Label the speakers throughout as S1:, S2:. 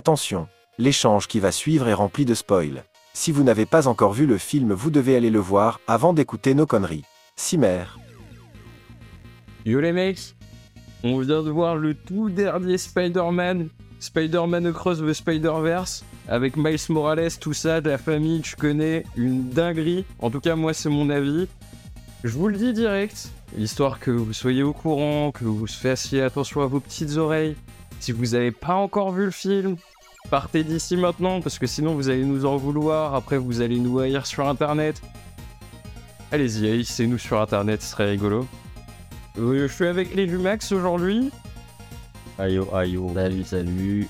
S1: Attention, l'échange qui va suivre est rempli de spoils. Si vous n'avez pas encore vu le film, vous devez aller le voir avant d'écouter nos conneries. Cimer.
S2: Yo les mecs, on vient de voir le tout dernier Spider-Man, Spider-Man Across the Spider-Verse, avec Miles Morales, tout ça, de la famille, tu connais, une dinguerie. En tout cas, moi, c'est mon avis. Je vous le dis direct, histoire que vous soyez au courant, que vous fassiez attention à vos petites oreilles. Si vous n'avez pas encore vu le film, partez d'ici maintenant, parce que sinon vous allez nous en vouloir, après vous allez nous haïr sur internet. Allez-y, haïssez-nous sur internet, ce serait rigolo. Euh, je suis avec les Lumax aujourd'hui.
S3: Aïe, oh, aïe, oh. salut, salut.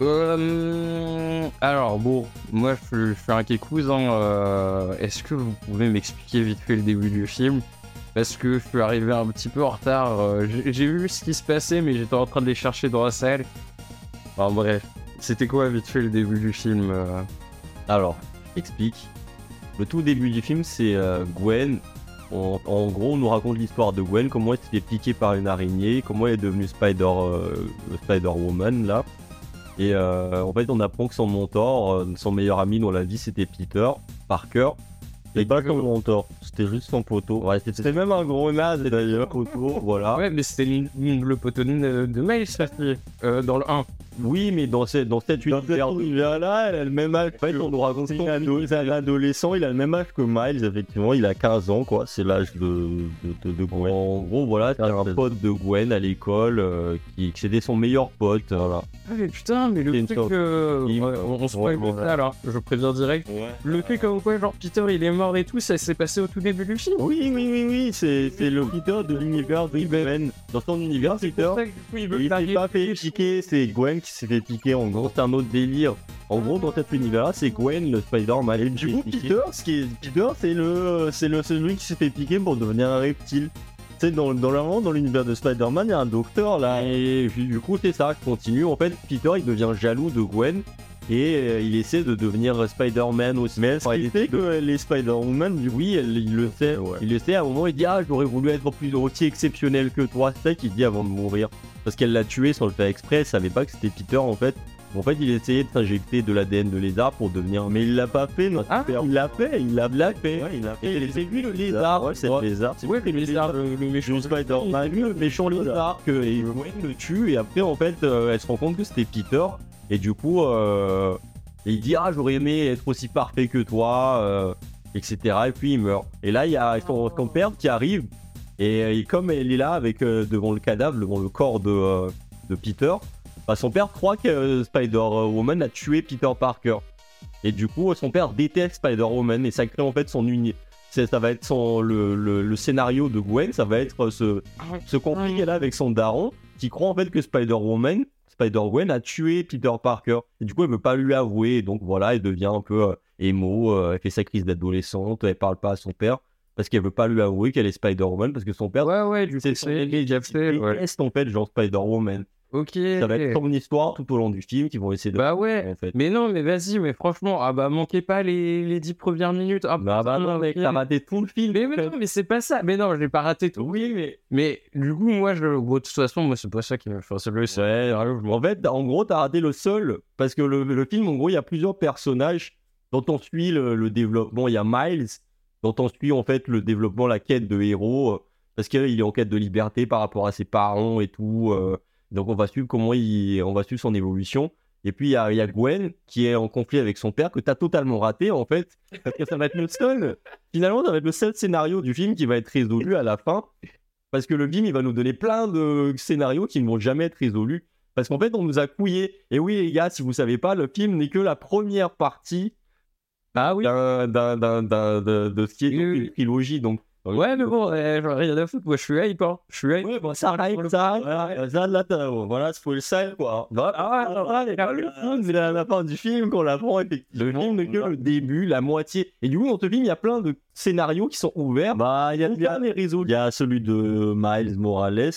S2: Euh, alors bon, moi je, je suis un kékouz, hein, euh, est-ce que vous pouvez m'expliquer vite fait le début du film Parce que je suis arrivé un petit peu en retard, euh, j'ai j'ai vu ce qui se passait mais j'étais en train de les chercher dans la salle. Enfin bref, c'était quoi vite fait le début du film euh
S3: Alors, explique. Le tout début du film, c'est euh, Gwen. En, en gros, on nous raconte l'histoire de Gwen, comment elle s'est fait piquer par une araignée, comment elle est devenue Spider, euh, Spider Woman là. Et euh, en fait, on apprend que son mentor, euh, son meilleur ami dans la vie, c'était Peter Parker. Et pas son mentor, c'était juste son poteau. Ouais, c'était c'était même un gros naze d'ailleurs, poteau, voilà.
S2: Ouais mais c'était l- le potonyme de- de Miles la fille, euh, dans le 1.
S3: Oui, mais dans, cette dans cet univers là, elle a le même âge. En fait, on nous raconte qu'il est ado- c'est un adolescent, il a le même âge que Miles, effectivement, il a 15 ans, quoi. C'est l'âge de, de, de- de Gwen. En gros, voilà, c'est un pote de Gwen à l'école, euh, qui, qui c'était son meilleur pote, voilà.
S2: Ah mais putain, mais
S3: C'est
S2: le
S3: une
S2: truc,
S3: sorte-
S2: euh,
S3: Il-
S2: ouais, on, on se
S3: Ouais,
S2: spoil
S3: ouais.
S2: ça alors, je préviens direct. Le truc comme quoi, genre Peter il est mort et tout, ça s'est passé au tout début du film.
S3: Oui, oui, oui, oui, c'est c'est le Peter de l'univers de Gwen. Dans son univers, Peter,
S2: ça que, du coup, il
S3: il s'est pas fait piquer, c'est Gwen qui s'est fait piquer. En gros, c'est un autre délire. En gros, dans cet univers-là, c'est Gwen, le Spider-Man. Et du coup, Peter, ce qui est Peter, c'est le, c'est le celui qui s'est fait piquer pour devenir un reptile. Tu sais, dans, dans l'avant, dans l'univers de Spider-Man, il y a un docteur là, et puis, du coup, c'est ça qui continue. En fait, Peter, il devient jaloux de Gwen. Et euh, il essaie de devenir Spider-Man aussi. Mais ce qui fait que les Spider-Man, oui, elle- il le sait. Il le sait, à un moment, il dit Ah, j'aurais voulu être plus aussi exceptionnel que toi. C'est ça qu'il dit avant de mourir parce qu'elle l'a tué sans le faire exprès, elle savait pas que c'était Peter en fait. En fait, il essayait de s'injecter de l'ADN de lézard pour devenir. Mais il l'a pas fait, notre
S2: Ah.
S3: père. Il l'a fait, il l'a l'a fait. il l'a
S2: fait.
S3: C'est lui le lézard.
S2: Ouais,
S3: c'est
S2: c'est
S3: le
S2: vrai.
S3: lézard. C'est
S2: Ouais, le lézard, le, le méchant.
S3: méchant Spider. On a vu le méchant lézard. Que et Gwen le tue, et après, en fait, euh, elle se rend compte que c'était Peter. Et du coup, euh, et il dit Ah, j'aurais aimé être aussi parfait que toi, euh, etc. Et puis il meurt. Et là, il y a son, son père qui arrive. Et, euh, et comme elle est là, avec euh, devant le cadavre, devant le corps de, euh, de Peter, bah, son père croit que euh, Spider-Woman a tué Peter Parker. Et du coup, son père déteste Spider-Woman et ça crée en fait son uni. c'est- Ça va être son, le, le- le scénario de Gwen, ça va être ce, ce conflit qu'elle a avec son daron qui croit en fait que Spider-Woman, Spider-Gwen a tué Peter Parker. Et du coup, elle veut pas lui avouer. Et donc voilà, elle devient un peu euh, émo, euh, elle fait sa crise d'adolescente, elle parle pas à son père parce qu'elle veut pas lui avouer qu'elle est Spider-Woman parce que son père
S2: Ouais, ouais, du coup,
S3: c'est son
S2: c'est
S3: ennemi,
S2: j'ai fait,
S3: il
S2: ouais.
S3: déteste en fait genre Spider-Woman.
S2: Ok.
S3: Ça va être son histoire tout au long du film qu'ils vont essayer de
S2: Bah ouais.
S3: en fait.
S2: Mais non, mais vas-y, mais franchement, ah bah manquez pas les, les 10 premières minutes. Ah
S3: Bah, bah
S2: putain,
S3: non, mec,
S2: ok.
S3: t'as raté tout le film.
S2: Mais,
S3: en
S2: mais
S3: fait.
S2: non, mais c'est pas ça. Mais non, je l'ai pas raté tout.
S3: Oui, mais.
S2: Mais du coup, moi, je, bon, de toute façon, moi, c'est pas ça qui m'a fait ressembler.
S3: Ouais, alors, en fait, en gros, t'as raté le seul. Parce que le, le film, en gros, il y a plusieurs personnages dont on suit le, le développement. Il y a Miles, dont on suit en fait le développement, la quête de héros. euh, Parce qu'il est en quête de liberté par rapport à ses parents et tout. euh, donc, on va suivre comment il. On va suivre son évolution. Et puis, il y, a il y a Gwen qui est en conflit avec son père, que t'as totalement raté en fait. Parce que ça va être le seul. Finalement, ça va être le seul scénario du film qui va être résolu à la fin. Parce que le film, il va nous donner plein de scénarios qui ne vont jamais être résolus. Parce qu'en fait, on nous a couillés. Et oui, les gars, si vous savez pas, le film n'est que la première partie
S2: Ah oui.
S3: d'un, d'un- d'un- d'un- de, de ce qui est
S2: Oui,
S3: une
S2: oui.
S3: trilogie. Donc,
S2: Ouais, mais bon, euh, j'en ai rien à foutre. Moi, je suis hype, hein. Je suis hype.
S3: ouais, bah, bon, ça arrive, ça arrive. Voilà, ça, là, t'as- euh, voilà, c'est faut le sale, quoi. Voilà,
S2: Ah ouais,
S3: voilà, les gars, le film, c'est à la fin du film qu'on l'apprend, effectivement. Le film n'est que le début, la moitié. Et du coup, dans ce film, il y a plein de scénarios qui sont ouverts. Bah, il y a, il y a les réseaux. Il y a celui de Miles Morales,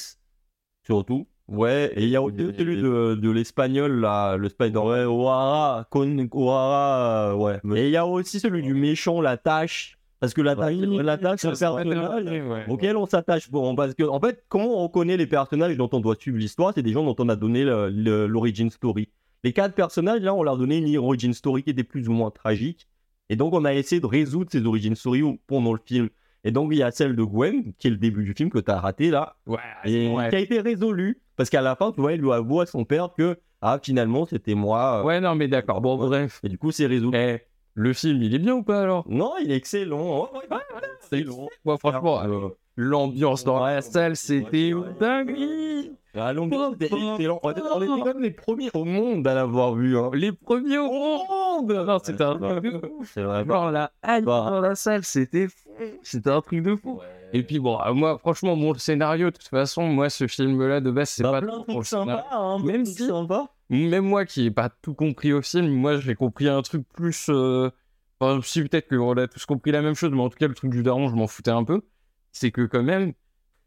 S3: surtout. Ouais, et il y a aussi celui de, de l'espagnol, là, le spider Ouais, O'Hara, Con- O'Hara, euh, ouais. Et il y a aussi celui du méchant, la tâche. Parce que la tâche, la tâche, c'est un personnage auquel on s'attache bon parce que en fait comment on reconnaît les personnages dont on doit suivre l'histoire c'est des gens dont on a donné le- le- l'origin story les quatre personnages, là, on leur donnait une origin story qui était plus ou moins tragique. Et donc, on a essayé de résoudre ces origin stories au- pendant le film. Et donc, il y a celle de Gwen, qui est le début du film que tu as raté là,
S2: Ouais,
S3: bah, et
S2: ouais.
S3: qui a été résolue. Parce qu'à la fin, tu vois, elle lui avoue à son père que, ah, finalement, c'était moi. euh.
S2: Ouais, non, mais d'accord. Bon, bref.
S3: Et du coup, c'est résolu.
S2: Eh, le film, il est bien ou pas alors
S3: Non, il est excellent. hein. Ouais, ouais, c'est excellent.
S2: Moi, franchement, euh, l'ambiance dans la salle, c'était
S3: Ouais.
S2: dingue.
S3: Ah, l'ambiance était excellente. On était- on était même les premiers au monde à l'avoir vu. hein.
S2: Les premiers au monde Non, c'était un truc de ouf.
S3: C'est vrai.
S2: Genre, la hype
S3: Bah.
S2: dans la salle, c'était fou. C'était un truc de fou. Et puis, bon, euh, moi, franchement, bon, le scénario, de toute façon, moi, ce film-là, de base, c'est
S3: Bah,
S2: pas
S3: plein
S2: trop
S3: de trucs
S2: pour le
S3: sympas, hein,
S2: Même
S3: même
S2: si-
S3: si sympa.
S2: même moi qui n'ai pas tout compris au film, moi j'ai compris un truc plus. euh, Enfin, si peut-être qu'on a tous compris la même chose, mais en tout cas, le truc du daron, je m'en foutais un peu. C'est que quand même,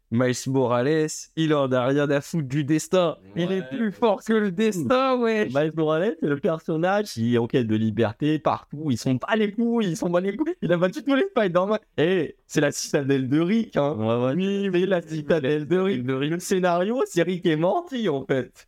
S2: Miles Morales, il en a rien à foutre du destin. Il est
S3: Ouais. Bah,
S2: plus fort que le destin, ouais.
S3: Miles Morales, c'est le personnage qui est en quête de liberté partout. Ils sont pas les couilles, ils sont pas les couilles. Il a battu tous les Spider-Man. Eh, c'est la citadelle de Rick. Hein. Oui, mais la citadelle de Rick. Le scénario, c'est Rick est menti en fait.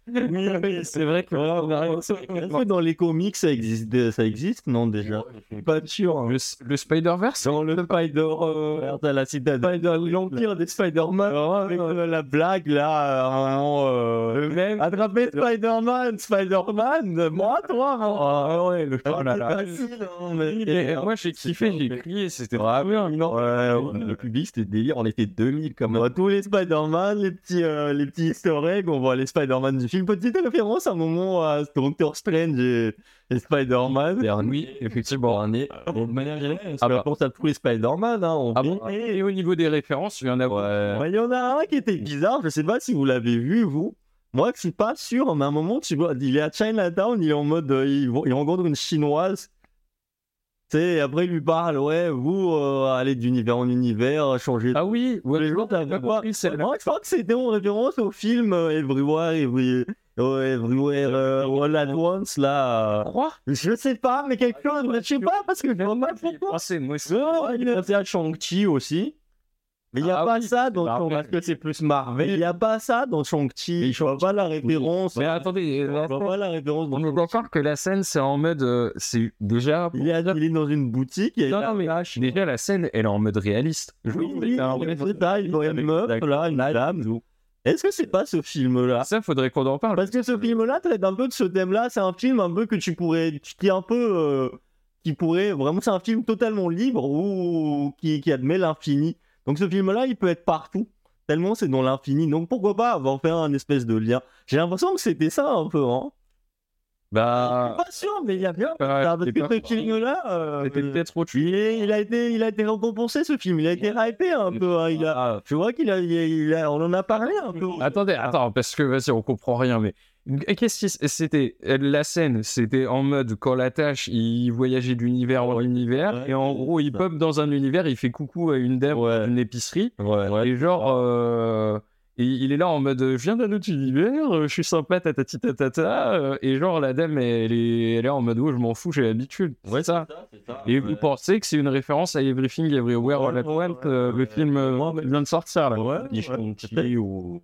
S2: c'est vrai que.
S3: Est-ce que dans les comics, ça existe, ça existe non déjà Je suis Pas sûr. hein.
S2: Le, le Spider-Verse
S3: Dans le Spider, euh, dans la citadelle, Spider- l'empire des Spider-Man, avec euh, la blague là, euh, vraiment, euh,
S2: Le même.
S3: Attraper Spider-Man, Spider-Man, moi, toi hein. Ah ouais, le
S2: Oh là là.
S3: facile, hein, mais-
S2: Et, euh, moi j'ai
S3: c'est
S2: kiffé,
S3: pas-
S2: j'ai crié, c'était
S3: Ouais,
S2: vraiment bien.
S3: ouais, ouais, le public c'était délire, on était 2000 comme euh, tous les Spider-Man, les petits, euh, les petits easter eggs, on voit les Spider-Man du film. Petite référence à un moment à Doctor Strange et, et Spider-Man.
S2: Oui, effectivement.
S3: Bon, de manière générale,
S2: Ah
S3: on
S2: bah.
S3: pense à tous les Spider-Man. Hein, on-
S2: Ah bon Et au niveau des références, il y en a
S3: Ouais. Il y en a un qui était bizarre, je sais pas si vous l'avez vu, vous. Moi, je suis pas sûr, mais à un moment, tu vois, il est à Chinatown, il est en mode, euh, il, il rencontre une chinoise. Tu sais, et après, il lui parle, ouais, vous, euh, allez d'univers en univers, changez.
S2: Ah oui, ouais,
S3: tous les jours, t'as
S2: j'ai pas
S3: quoi
S2: compris celle-là.
S3: Moi, je crois que c'était en référence au film euh, Everywhere, Every- euh, Everywhere, euh, All at Once, là. euh.
S2: Quoi
S3: Je sais pas, mais quelque
S2: Ah,
S3: chose, je sais pas, parce que je vois mal pourquoi.
S2: Oh, C'est moi aussi.
S3: Non, il y a Shang-Chi aussi. Mais il n'y a
S2: Ah
S3: pas
S2: oui,
S3: ça dans
S2: Marvel.
S3: Shang-Chi. Parce que c'est plus Marvel. Il n'y a pas ça dans Shang-Chi. Je vois pas la référence.
S2: Mais attendez,
S3: Je
S2: euh,
S3: vois pas la référence. dans
S2: on est
S3: Shang-Chi.
S2: d'accord que la scène, c'est en mode. euh, c'est déjà.
S3: Il est, il est dans une boutique. Et
S2: Non, non,
S3: là,
S2: mais déjà, la scène, elle est en mode réaliste. Je
S3: oui,
S2: vous dis,
S3: oui,
S2: c'est un
S3: il
S2: vrai-
S3: est là, il voit une meuf, là, une dame. tout. Est-ce que c'est pas ce film-là
S2: Ça, faudrait qu'on en parle.
S3: Parce que ce film-là traite un peu de ce thème-là. C'est un film un peu que tu pourrais. qui est un peu. euh, qui pourrait. Vraiment, c'est un film totalement libre ou qui, qui admet l'infini. Donc ce film-là, il peut être partout. Tellement c'est dans l'infini. Donc pourquoi pas avoir fait un espèce de lien J'ai l'impression que c'était ça un peu, hein.
S2: Bah.
S3: Je suis pas sûr, mais il y a bien.
S2: ouais,
S3: Ah, parce
S2: c'est
S3: que
S2: pas-
S3: ce film-là. euh,
S2: C'était peut-être autre chose.
S3: il, est- il a été, il a été récompensé ce film, il a été hypé un peu. hein. Il a, tu vois qu'il a, il a- il a- on en a parlé un peu.
S2: Attendez, Ah. attends, parce que vas-y, on comprend rien, mais. Qu'est-ce qui. C'était. La scène, c'était en mode quand la tâche, il voyageait d'univers en univers,
S3: Ouais.
S2: et en gros, il pop dans un univers, il fait coucou à une dame
S3: Ouais.
S2: d'une épicerie,
S3: Ouais, ouais.
S2: Et genre, euh, et il est là en mode, je viens d'un autre univers, euh, je suis sympa, tatati tatata. euh, Et genre, la dame, elle est, elle est en mode, ouais, je m'en fous, j'ai l'habitude.
S3: Ouais,
S2: c'est ça.
S3: c'est ça.
S2: Et
S3: Ouais.
S2: vous pensez que c'est une référence à Everything Everywhere
S3: Ouais,
S2: All At
S3: ouais,
S2: Once,
S3: ouais,
S2: euh, le
S3: ouais.
S2: film euh,
S3: Moi, mais-
S2: qui vient de sortir là
S3: Ouais,
S2: Je
S3: ouais. bah, ou.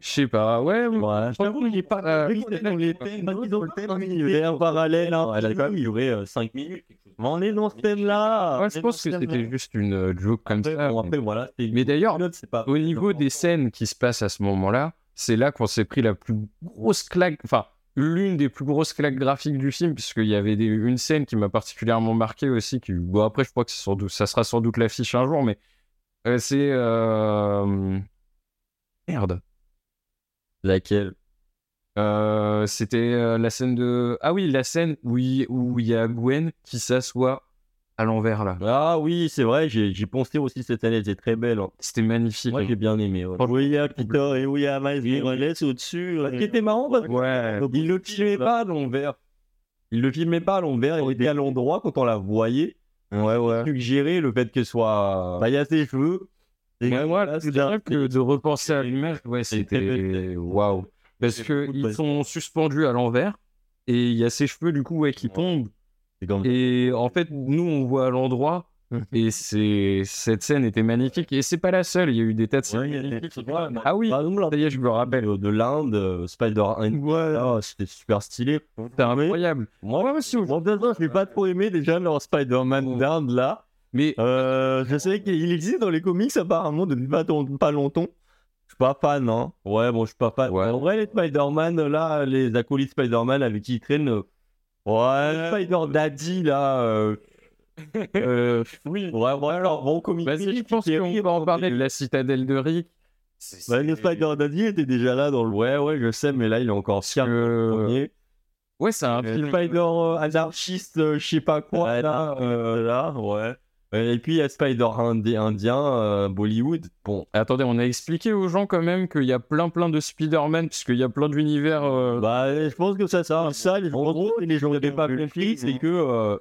S2: sais pas, ouais. ouais.
S3: Ouais, je
S2: Franchement,
S3: t'avoue,
S2: il est pas. euh,
S3: vu qu'on est dans les thèmes, dans le thème univers parallèle, hein. elle a quand même duré 5 minutes. Mais on est dans ce thème-là.
S2: ouais, je pense que c'était juste une euh, joke comme ça.
S3: Bon,
S2: mais-
S3: après, voilà. c'est-
S2: Mais d'ailleurs,
S3: L'autre, c'est pas-
S2: Au niveau des scènes qui se passent à ce moment-là, c'est là qu'on s'est pris la plus grosse claque, enfin, l'une des plus grosses claques graphiques du film, puisqu'il y avait des- une scène qui m'a particulièrement marqué aussi, qui, bon, après, je crois que c'est sans doute- ça sera sans doute l'affiche un jour, mais euh, c'est. euh, Merde.
S3: Laquelle
S2: Euh, C'était euh, la scène de. Ah oui, la scène où il où il y a Gwen qui s'assoit à l'envers, là.
S3: Ah oui, c'est vrai, j'ai j'ai pensé aussi cette année, elle était très belle. hein.
S2: C'était magnifique.
S3: Moi, j'ai bien aimé. Ouais.
S2: Franchement,
S3: Oui, il y a Peter et oui, il y a Miles Morales au-dessus. euh, Ce qui était marrant, parce que
S2: Ouais.
S3: Il le filmait pas à l'envers. Il le filmait pas à l'envers. Il était à l'endroit quand on la voyait. Ouais, ouais. Suggérer le fait qu'elle soit. Bah, il y a ses cheveux. Et
S2: Ouais, moi,
S3: là,
S2: c'est
S3: c'est
S2: vrai que de repenser à l'image, ouais,
S3: très
S2: c'était
S3: belle.
S2: waouh. Parce
S3: C'est
S2: que
S3: beaucoup de
S2: ils
S3: belles.
S2: sont suspendus à l'envers et il y a ses cheveux du coup ouais, qui
S3: Ouais.
S2: tombent.
S3: C'est comme.
S2: Et en fait, nous on voit à l'endroit, Et c'est cette scène était magnifique. Et c'est pas la seule. Il y a eu des tas de scènes. magnifiques. Ah oui,
S3: Par exemple, ça y est, je me rappelle euh, de l'Inde, euh, Spider-Man. Ah, c'était super stylé.
S2: c'est incroyable.
S3: Moi,
S2: Ouais, aussi,
S3: moi, de toute façon, je n'ai pas trop aimé déjà leur Spider-Man d'Inde là.
S2: Mais
S3: Euh, je sais qu'il existe dans les comics apparemment depuis pas, ton- pas longtemps. Je suis pas fan, hein. Ouais, bon, je suis pas fan.
S2: Ouais.
S3: En vrai, les Spider-Man là, les acolytes Spider-Man avec qui ils traînent. euh, Ouais, Spider Daddy là. euh, euh,
S2: oui.
S3: ouais, ouais, leur bon comics.
S2: Vas-y, je pense qu'on va en parler de la citadelle de Rick. C'est-
S3: Bah, le
S2: c'est-
S3: Spider Daddy était déjà là dans le. Ouais, ouais, je sais, mais là, il est encore
S2: que-
S3: fier. premier.
S2: Ouais, c'est un
S3: Le
S2: film.
S3: Spider euh, anarchiste, euh, je sais pas quoi,
S2: Ouais,
S3: là, euh, là, ouais. Et puis il y a Spider indi- indien, euh, Bollywood. Bon,
S2: Attendez, on a expliqué aux gens quand même qu'il y a plein plein de Spider-Man, puisqu'il y a plein d'univers. euh,
S3: bah, je pense que ça, ça, ça les, en gros, les gens n'avaient pas compris, c'est que euh,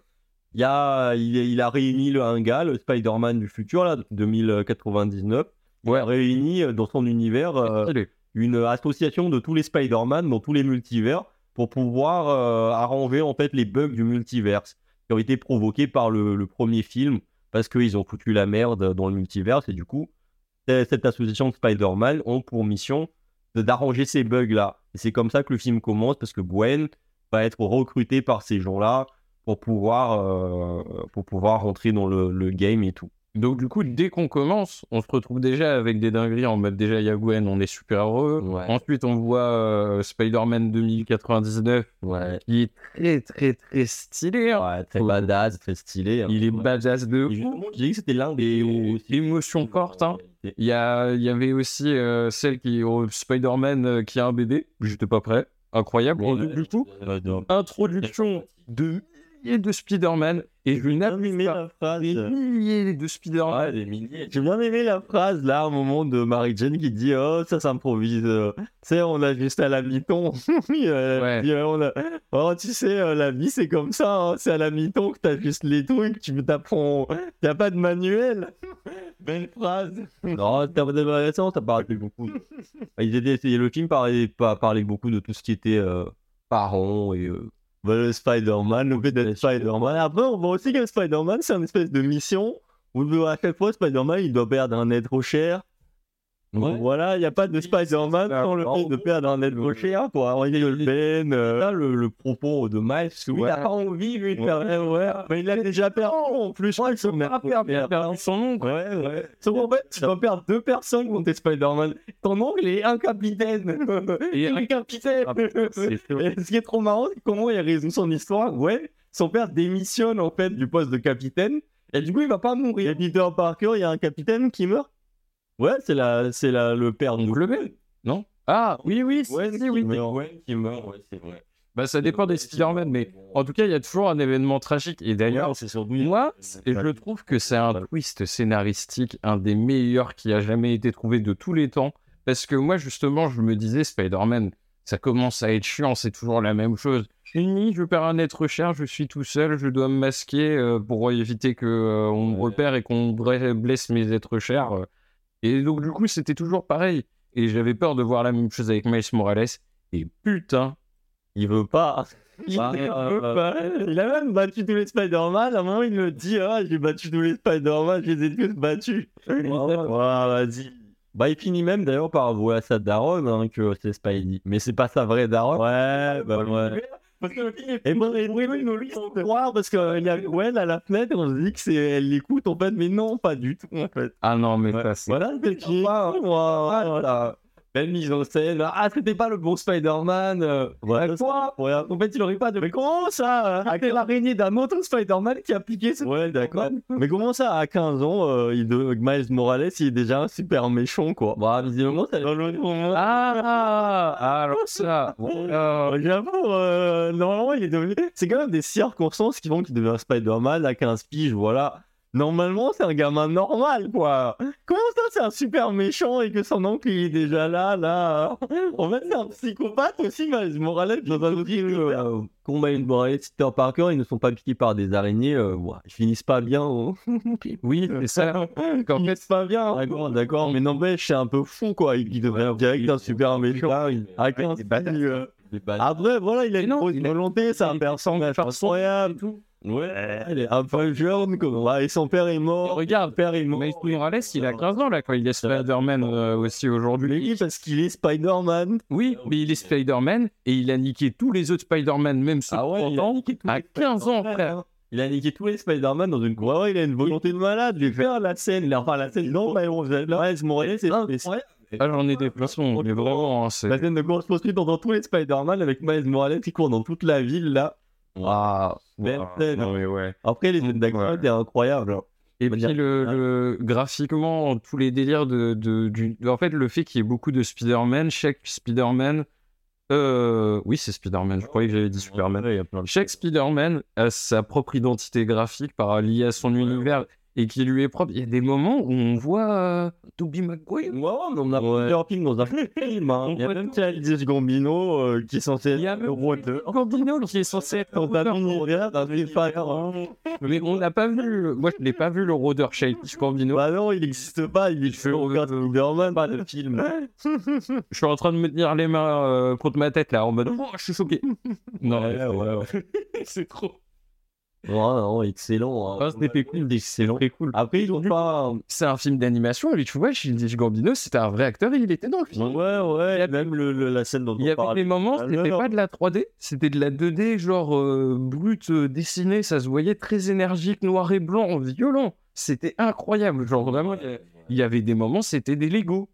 S3: il y a, il, il a réuni le, un gars, le Spider-Man du futur, là, de 2099.
S2: Ouais.
S3: Ouais, réuni euh, dans son univers euh,
S2: stylés.
S3: une association de tous les Spider-Man dans tous les multivers pour pouvoir euh, arranger en fait les bugs du multiverse qui ont été provoqués par le, le premier film parce qu'ils ont foutu la merde dans le multiverse et du coup c- cette association de Spider-Man ont pour mission de- d'arranger ces bugs là et c'est comme ça que le film commence parce que Gwen va être recrutée par ces gens là pour pouvoir euh, pour pouvoir rentrer dans le, le game et tout
S2: Donc du coup, dès qu'on commence, on se retrouve déjà avec des dingueries en mode déjà il y a Gwen, on est super heureux. Ensuite, on voit euh, Spider-Man 2099,
S3: ouais
S2: qui est très très très stylé. hein.
S3: ouais très badass très stylé hein.
S2: Il est
S3: Ouais.
S2: badass de
S3: Et
S2: ouf.
S3: justement, j'ai dit que c'était l'un des Euh,
S2: émotion forte. hein. Il y, a- il y avait aussi euh, celle qui au Spider-Man euh, qui a un bébé. J'étais pas prêt. Incroyable. Et
S3: euh,
S2: donc, du coup, introduction de milliers de Spider-Man et je
S3: J'ai bien aimé
S2: n'appuie pas.
S3: la phrase.
S2: Des milliers de Spider-Man.
S3: Ouais, des milliers. J'ai bien aimé la phrase là au moment de Mary Jane qui dit oh ça s'improvise. euh. Tu sais on a juste à la mi-ton. Elle
S2: Ouais.
S3: dit, euh, on a- Oh, tu sais euh, la vie c'est comme ça. hein. C'est à la mi-ton que t'as juste les trucs. Tu t'apprends. T'as pas de manuel. Belle phrase. non c'était intéressant. Ça parlait beaucoup. de- Bah, Ils étaient- le film parlait pas parlait beaucoup de tout ce qui était euh, parents et euh, bah, le Spider-Man, le fait d'être Spider-Man. Après, on voit aussi que le Spider-Man, c'est une espèce de mission où euh, à chaque fois, Spider-Man, il doit perdre un être cher. Donc, Voilà, il n'y a pas de Spider-Man
S2: ça.
S3: sans le
S2: En
S3: fait de
S2: gros,
S3: perdre un être
S2: le-
S3: cher, quoi. On est le Ben, euh, ça, le, le propos de Miles, parce que oui,
S2: Ouais.
S3: il n'a pas envie, lui, de
S2: Ouais.
S3: perdre, ouais, mais il a déjà perdu, en plus. Ouais, son
S2: Ah,
S3: être
S2: merde,
S3: cher.
S2: merde, merde, son nom, quoi.
S3: Ouais, ouais. Sauf qu'en fait, tu dois perdre deux personnes contre tes Spider-Man. Ton oncle est un capitaine.
S2: Et-
S3: Il est capitaine.
S2: Ah, putain, c'est chaud.
S3: Et ce qui est trop marrant, c'est comment il résout son histoire. Ouais, son père démissionne en fait du poste de capitaine. Et du coup, il va pas mourir. Et Peter Parker, il y a un capitaine qui meurt. Ouais, c'est la, c'est la, le père Ben. de
S2: Donc le même, non Ah oui oui, si,
S3: Gwen
S2: si,
S3: qui
S2: oui.
S3: meurt. Gwen qui meurt, ouais, c'est vrai.
S2: Bah ça dépend des Spider-Man, mais en tout cas il y a toujours un événement tragique. Et d'ailleurs,
S3: c'est surtout
S2: moi, c'est- je trouve que c'est un twist scénaristique, un des meilleurs qui a jamais été trouvé de tous les temps. Parce que moi justement, je me disais Spider-Man, ça commence à être chiant, c'est toujours la même chose. Ni je perds un être cher, je suis tout seul, je dois me masquer euh, pour éviter que euh, on me
S3: Ouais.
S2: repère et qu'on bra- blesse mes êtres chers. euh. Et donc du coup, c'était toujours pareil. Et j'avais peur de voir la même chose avec Miles Morales. Et putain,
S3: Il veut pas. Il
S2: Bah,
S3: ne
S2: euh,
S3: veut pas. Il a même battu tous les Spider-Man. À un moment, il me dit Ah, j'ai battu tous les Spider-Man, je les ai tous battus. Ouais, vas-y. Bah, il finit même d'ailleurs par avouer à sa daronne hein, que c'est Spidey. Mais c'est pas sa vraie daronne. Ouais, bah ouais. Parce que le film est. Et moi, et moi, il nous laisse croire parce qu'il y a Gwen à la fenêtre, on se dit que c'est elle l'écoute en fait, mais non, pas du tout en fait.
S2: ah non mais
S3: Ouais.
S2: ça, c'est-
S3: Voilà, c'est qui Voilà. Belle mise en scène. Ah, c'était pas le bon Spider-Man. euh. Ouais, quoi Ouais, En fait, il aurait pas de. Mais comment ça euh, Avec l'araignée d'un autre Spider-Man qui a piqué ce. Ouais, d'accord. Mais comment ça, à 15 ans, euh, il de... Miles Morales, il est déjà un super méchon, quoi Bah, visiblement, ça.
S2: Ah, alors ça. oh,
S3: Euh, J'avoue, euh, normalement, il est devenu. C'est quand même des circonstances qui font qu'il devient Spider-Man à 15 piges, voilà. Normalement, c'est un gamin normal, quoi. Comment ça, c'est un super méchant et que son oncle il est déjà là, là euh, En fait, c'est un psychopathe aussi, Miles Morales. Dans un autre film, Euh, combat une Morales, Peter Parker, ils ne sont pas piqués par des araignées. euh, ouais, ils finissent pas bien. oh.
S2: Oui, c'est ça.
S3: Qu'en fait, c'est pas bien. hein. D'accord, d'accord, mais n'empêche, c'est un peu fou, quoi. Il il devrait être direct un super méchant. il- à 15 piges, euh. Après, voilà, il a
S2: Mais
S3: une
S2: non,
S3: grosse
S2: il a-
S3: volonté, c'est
S2: il
S3: un
S2: était
S3: personnage
S2: farceur.
S3: incroyable. Ouais, elle est un peu jeune, quoi. Et son père est
S2: Et
S3: mort.
S2: regarde,
S3: Son père est mort.
S2: Miles Morales, il a 15 ans là quand il est Spider-Man euh, aussi aujourd'hui.
S3: Oui, Ah parce qu'il est Spider-Man.
S2: Oui, mais il est Spider-Man et il a niqué tous les autres Spider-Man, même ceux
S3: Ah ouais,
S2: de
S3: il a
S2: 30 ans,
S3: niqué tous
S2: à
S3: les
S2: 15 ans,
S3: Spider-Man,
S2: frère.
S3: hein. Il a niqué tous les Spider-Man dans une grosse. il a une volonté de malade. Je vais faire la scène. là. Enfin, la scène. Non, mais on faisait là. Miles Morales, c'est incroyable.
S2: Ah, j'en ai des poissons,
S3: Oh,
S2: mais vraiment, hein, c'est.
S3: La scène de course poursuite dans, dans tous les Spider-Man avec Miles Morales qui court dans toute la ville, là. Waouh. Belle
S2: Ouah,
S3: scène.
S2: non, mais Ah, ouais.
S3: Après, les scènes d'action,
S2: Ouais.
S3: étaient incroyables. hein.
S2: Et
S3: Bah,
S2: puis
S3: dire-
S2: le,
S3: hein.
S2: le- graphiquement, tous les délires de, de- du, en fait, le fait qu'il y ait beaucoup de Spider-Man, chaque Spider-Man, euh, oui, c'est Spider-Man. Je croyais que j'avais dit Superman.
S3: Ouais, il y a plein de-
S2: Chaque Spider-Man a sa propre identité graphique par liée à son univers et qui lui est propre. Il y a des moments où on voit euh, Tobey Maguire.
S3: Ouais, mais on a plusieurs films dans un film. hein. Il y a
S2: Ouais.
S3: même Charles Gambino euh, qui est censé
S2: Il y a
S3: être
S2: même
S3: le roi de.
S2: euh,
S3: Bah
S2: Gambino qui est censé être
S3: Quand t'as
S2: Rodeur.
S3: mis Montréal, t'as fait pas grave.
S2: Mais on n'a pas vu. le- Moi, je n'ai pas vu le rôdeur chez Gambino.
S3: Bah non, il n'existe pas, il est fait
S2: Je-
S3: aucun Spider-Man, pas de film.
S2: Je suis en train de me tenir les mains euh, contre ma tête là en mode. Oh, je suis choqué. Non,
S3: Ouais, ouais, ouais.
S2: c'est trop.
S3: Non, non, excellent. hein.
S2: Ah, c'était cool,
S3: excellent.
S2: Très cool.
S3: Après, ils ont pas.
S2: C'est un film d'animation. Et tu vois, Shinji Gambino, c'était un vrai acteur et il était dans le film.
S3: Ouais, ouais, même le, le- la scène dont
S2: Il y
S3: on
S2: avait
S3: parle.
S2: des moments,
S3: Ah,
S2: c'était
S3: non,
S2: pas
S3: non.
S2: de la 3D, c'était de la 2D, genre euh, brute, euh, dessinée, ça se voyait très énergique, noir et blanc, violent. C'était incroyable, genre vraiment, il y
S3: euh,
S2: a- il y avait des moments, c'était des Lego.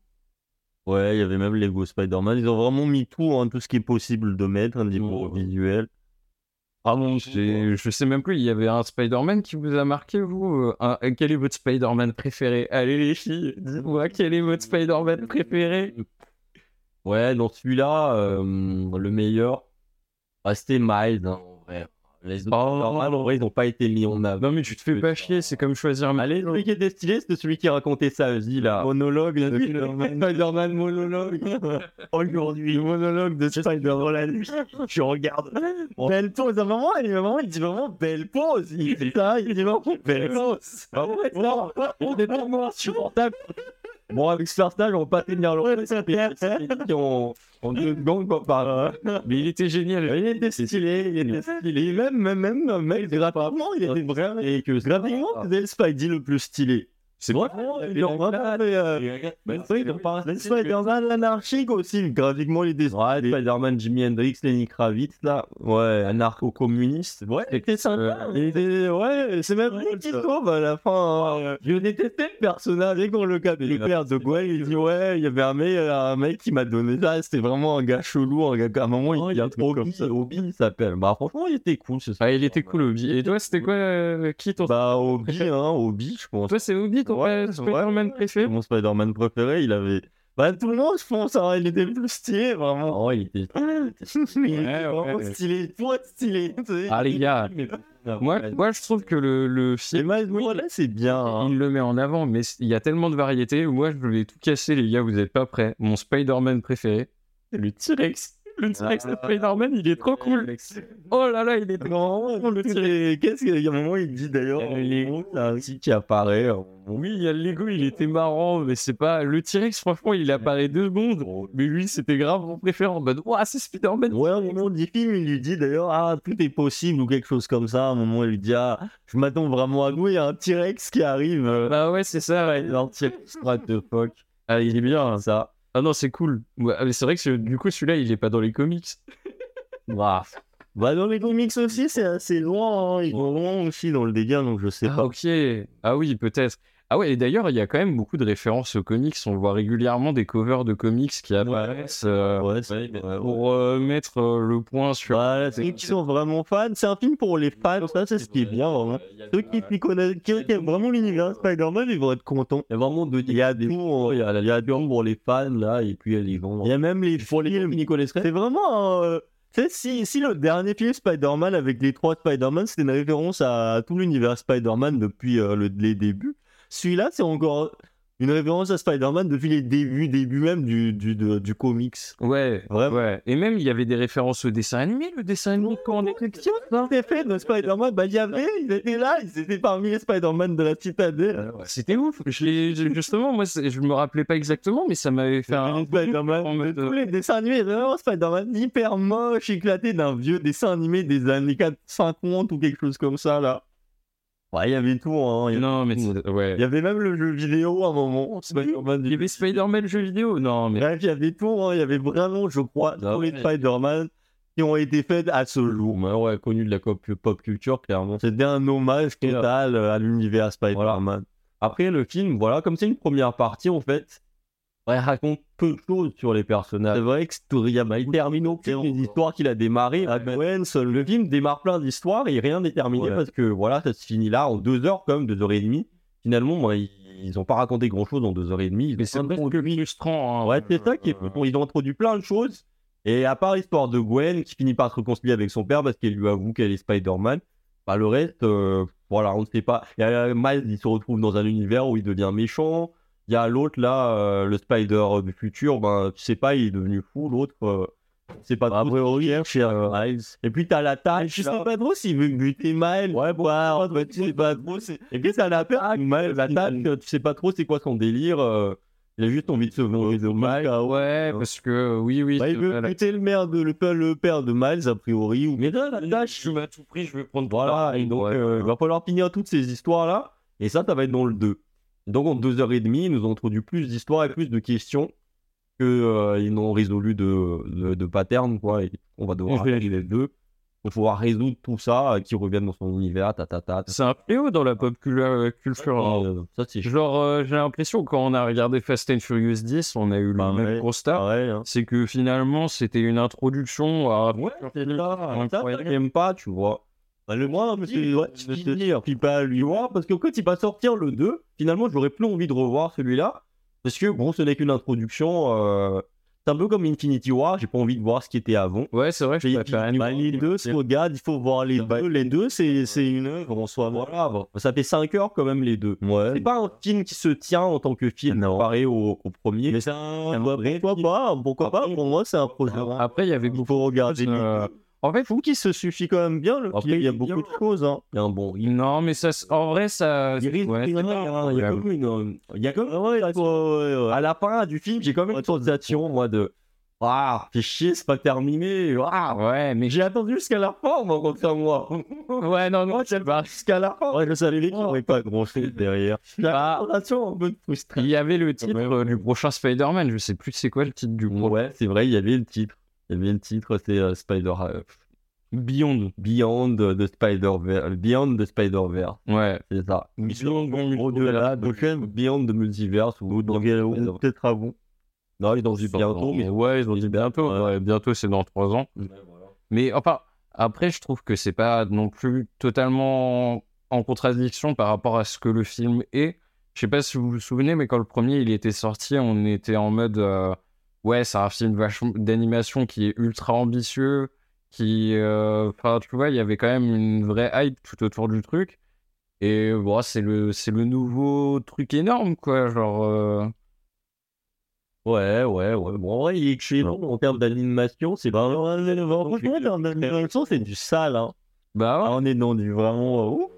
S3: Ouais, il y avait même Lego Spider-Man. Ils ont vraiment mis tout, hein, tout ce qui est possible de mettre, hein, un niveau
S2: Ouais.
S3: visuel.
S2: Ah bon, j'ai- je sais même plus, il y avait un Spider-Man qui vous a marqué, vous euh, un- Quel est votre Spider-Man préféré Allez les filles, dites-moi quel est votre Spider-Man préféré
S3: Ouais, dans celui-là, euh, le meilleur, ah, c'était Miles. hein, en vrai. Les autres
S2: Oh.
S3: Spider-Man, en vrai, ils n'ont pas été mis en avant.
S2: Ah, Non mais tu te fais pas chier, c'est comme choisir...
S3: Allez, celui qui était stylé, c'était celui qui racontait sa vie, là. Monologue, là, Spider-Man. Spider-Man monologue. Aujourd'hui, monologue de Spider-Man la nuit. Tu regardes. Belle pause. À un moment, il dit vraiment, il dit vraiment belle pause. Il fait ça, il dit vraiment belle pause. Ah ouais, non, on est pas moins supportable. Bon, avec ce partage, on va pas tenir le reste. On, on deux secondes, quoi, par.
S2: Mais il était génial.
S3: Il était stylé, il était stylé. Même, même, même, même graphiquement, il était vraiment. Et que graphiquement, c'était le Spidey le plus stylé. Ah. C'est vraiment. Il en a fait, euh, ben, c'est vrai, il en parle- le Spider-Man anarchique aussi. Graphiquement, il était. Ouais, les Spider-Man Jimi Hendrix, Lenny Kravitz, là. Ouais, anarcho-communiste. Ouais, il était sympa. Il était. Ouais, c'est même lui qui sauve à la fin. hein. Je détestais le personnage. Et quand le cas le père de Gwen, il dit Ouais, il y avait un mec, un mec qui m'a donné ça. C'était vraiment un gars chelou. Un gars, à un moment, il,
S2: Oh,
S3: il
S2: il
S3: y a un
S2: est cool
S3: Obi,
S2: comme ça.
S3: Obi, il s'appelle. Bah, franchement, il était cool ce
S2: Ah, il était
S3: Spider-Man.
S2: cool, Obi. Et toi, c'était quoi, euh, qui ton...
S3: Bah, Obi, hein, Obi, je pense.
S2: Toi, c'est Obi, ton
S3: Ouais,
S2: euh,
S3: ouais,
S2: Spider-Man
S3: ouais.
S2: préféré
S3: Mon Spider-Man préféré, il avait. Bah, tout le monde, je pense, hein, il était plus stylé, vraiment. Oh, il était. il était
S2: ouais,
S3: vraiment
S2: ouais.
S3: stylé, toi, stylé. tu sais.
S2: Ah, les gars.
S3: Mais-
S2: Moi, moi, je trouve que le, le
S3: Et
S2: film,
S3: Miles Morales, c'est bien. hein.
S2: il le met en avant, mais il y a tellement de variétés. Moi, je vais tout casser, les gars, vous n'êtes pas prêts. Mon Spider-Man préféré, c'est le T-Rex. Le T-Rex de
S3: Ah.
S2: Spider-Man, il est trop cool. Oh là là, il est trop
S3: Non,
S2: cool, le T-Rex.
S3: Qu'est-ce qu'il y a un moment, il dit d'ailleurs.
S2: Euh, les-
S3: Il y a un petit qui apparaît. euh,
S2: Oui, il y a le Lego, il était marrant, mais c'est pas. Le T-Rex, franchement, il apparaît deux secondes. Mais lui, c'était grave mon préféré en mode, Ouah, c'est Spider-Man.
S3: Ouais, au moment du film, il lui dit d'ailleurs, ah, tout est possible ou quelque chose comme ça. À un moment, il lui dit, ah, je m'attends vraiment à nous, il y a un T-Rex qui arrive. euh,
S2: Bah ouais, c'est ça, ouais.
S3: Un T-Rex, what the fuck.
S2: Ah, il est bien, hein.
S3: Ça.
S2: Ah non, c'est cool. Ouais, ah, mais c'est vrai que ce- du coup, celui-là, il est pas dans les comics.
S3: Bah, bah, dans les comics aussi, c'est assez loin. hein. Ils vont loin aussi dans le délire, donc je sais
S2: Ah,
S3: pas.
S2: ok. Ah oui, peut-être. Ah ouais, et d'ailleurs, il y a quand même beaucoup de références aux comics. On voit régulièrement des covers de comics qui apparaissent euh,
S3: Ouais, c'est- ouais, ouais.
S2: pour euh, mettre euh, le point sur.
S3: Voilà, ceux qui sont vraiment fans, c'est un film pour les fans, ça c'est ce qui est bien vraiment. Ceux qui s'y connaissent, qui qui aiment vraiment l'univers Spider-Man, ils vont être contents. euh, Il y a vraiment de Il y a des il y a, des pour les fans là, et puis euh, les gens. Il y a même les pour les films qui connaissent. C'est vraiment. euh, Tu sais, si, si le dernier film Spider-Man avec les trois Spider-Man, c'était une référence à tout l'univers Spider-Man depuis euh, le- les débuts, celui-là c'est encore. une référence à Spider-Man depuis les débuts, début même du, du, de- du comics.
S2: Ouais,
S3: Vraiment.
S2: ouais. Et même, il y avait des références au dessin animé, le dessin animé, quand on était petit.
S3: Dans les faits, le Spider-Man, bah, il y avait, il était là, il était parmi les Spider-Man de la petite année.
S2: C'était ouf. Je l'ai- je- justement, moi, c'est- je me rappelais pas exactement, mais ça m'avait fait un.
S3: Un Spider-Man,
S2: en
S3: de
S2: mode, euh,
S3: tous les dessins animés, vraiment Spider-Man hyper moche, éclaté d'un vieux dessin animé des années 4 50 ou quelque chose comme ça, là. Ouais, il y avait tout, hein. Il y avait-
S2: Non, mais c'est- ouais.
S3: il y avait même le jeu vidéo à un moment. Spider-Man
S2: Il y avait Spider-Man le jeu vidéo. Non, mais.
S3: Bref, il y avait tout, hein. il y avait vraiment, je crois,
S2: Ah
S3: tous les
S2: ouais.
S3: Spider-Man qui ont été faits à ce jour. Mais ouais, connu de la pop, culture, clairement. C'était un hommage total euh, à l'univers Spider-Man. Après, le film, voilà, comme c'est une première partie, en fait, elle raconte peu de choses sur les personnages. C'est vrai que Storiama, il termine aucune des histoires qu'il a démarrées.
S2: Ouais.
S3: Batman, seul- Ah ben le film démarre plein d'histoires et rien n'est terminé
S2: Ouais.
S3: parce que, voilà, ça se finit là en deux heures, comme deux heures et demie. Finalement, moi, ils ils ont pas raconté grand chose en deux heures et demie. Ils
S2: Mais
S3: ont
S2: c'est
S3: introduit
S2: presque frustrant. hein.
S3: Ouais, c'est ça qui est. bon, ils ont introduit plein de choses. Et à part l'histoire de Gwen qui finit par se reconcilier avec son père parce qu'elle lui avoue qu'elle est Spider-Man, bah, le reste, euh, voilà, on ne sait pas. Il y a Miles, il se retrouve dans un univers où il devient méchant. Il y a l'autre là, euh, le Spider du futur, ben, tu sais pas, il est devenu fou. L'autre, euh, c'est pas trop chez hein, Miles. Et puis t'as la tâche. Je sais pas trop s'il veut buter Miles. Ouais, bon, tu sais pas trop. Et puis t'as la tâche. Miles, la tâche, tu sais pas trop c'est quoi son délire. euh, il a juste envie de se venger de Miles. Ah
S2: Ouais, parce que oui, oui.
S3: Bah,
S2: c'est
S3: il veut
S2: vrai.
S3: buter le, maire de, le, père- le père de Miles, a priori. Ou... Mais là, la tâche,
S2: je vais à tout prix, je vais prendre.
S3: voilà, et donc
S2: Ouais.
S3: euh, il va falloir finir toutes ces histoires-là, et ça, ça va être dans le 2. Donc en 2h30, ils nous ont introduit plus d'histoires et plus de questions que euh, ils n'ont résolu de, de, de pattern, quoi. Et on va devoir
S2: Je vais
S3: arriver le 2. Il faut pouvoir résoudre tout ça, euh, qui reviennent dans son univers, ta ta ta. ta.
S2: C'est un fléau dans la pop cul- euh, culture. hein.
S3: Euh, ça, c'est ch-
S2: Genre, euh, j'ai l'impression quand on a regardé Fast and Furious 10, on a eu le
S3: Bah,
S2: même
S3: ouais.
S2: constat.
S3: pareil. hein.
S2: C'est que finalement, c'était une introduction à.
S3: Ouais, c'est là, ça,
S2: Incroyable.
S3: j'aime pas, tu vois. Bah, le moi, parce que ouais, je te dire, puis pas lui voir, parce que quand il va sortir le 2, finalement, j'aurais plus envie de revoir celui-là, parce que bon, ce n'est qu'une introduction. euh, c'est un peu comme Infinity War, j'ai pas envie de voir ce qui était avant.
S2: Ouais, c'est vrai, je
S3: J'ai-
S2: préfère
S3: bah,
S2: Annie
S3: les
S2: Warhol.
S3: deux se regardent, il faut voir les
S2: Ouais.
S3: deux. Les deux, c'est c'est une œuvre en soi. Voilà, bon, ça fait 5 heures quand même, les deux. C'est pas un film qui se tient en tant que film
S1: Non.
S3: comparé au, au premier. Mais c'est un. Pourquoi pas Pourquoi pas Pour moi, c'est un projet.
S2: Après, il y avait
S3: Il
S2: beaucoup.
S3: faut regarder les
S2: Euh,
S3: deux.
S2: En fait,
S3: Je trouve qu'il se suffit quand même bien. Le
S2: Après,
S3: film. il y a
S2: il-
S3: beaucoup de choses. hein. Il y a un bon. Il,
S2: non, mais ça, c'est- en vrai, ça.
S3: il risque-
S2: ouais,
S3: il y a-
S2: c'est pas
S3: il y a
S2: un
S3: comme une. euh, Il y a comme. ouais, ouais, ouais, ouais. À la fin du film, j'ai quand même une sensation, moi, de. Ah, fais chier, c'est pas terminé. Ah,
S2: problème. Ouais, mais.
S3: j'ai Oh, attendu jusqu'à la fin, moi, contrairement à moi.
S2: Ouais, non, non,
S3: Moi,
S2: c'est
S3: j'ai
S2: pas.
S3: attendu jusqu'à la fin. Ouais, je savais qu'il n'y aurait pas grand chose derrière. J'ai
S2: Ah.
S3: la sensation un peu de
S2: Il
S3: frustration.
S2: y avait le titre euh, du prochain Spider-Man, je sais plus c'est quoi le titre du prochain.
S3: Ouais, c'est vrai, il y avait le titre. Il y avait le titre, c'est euh, Spider. euh,
S2: Beyond.
S3: Beyond the Spider-Verse. Beyond the Spider-Verse.
S2: Ouais.
S3: C'est ça.
S2: Beyond
S3: Au-delà de Ken, Beyond the Multiverse ou peut-être avant. Non, il est dans du bientôt, mais
S2: ouais, ils ont dit bientôt.
S3: Ouais.
S2: ouais, bientôt, c'est dans trois ans. Mais enfin, après, je trouve que c'est pas non plus totalement en contradiction par rapport à ce que le film est. Je sais pas si vous vous souvenez, mais quand le premier il était sorti, on était en mode euh, ouais, c'est un film vachement- d'animation qui est ultra ambitieux, qui, euh, enfin, tu vois, il y avait quand même une vraie hype tout autour du truc. Et bon, c'est le, c'est le nouveau truc énorme, quoi. Genre, euh,
S3: Ouais, ouais, ouais. Bon, en vrai, il est excellent en termes d'animation. C'est pas l'animation, c'est du sale. Hein.
S2: bah ouais.
S3: euh, on est dans du vraiment.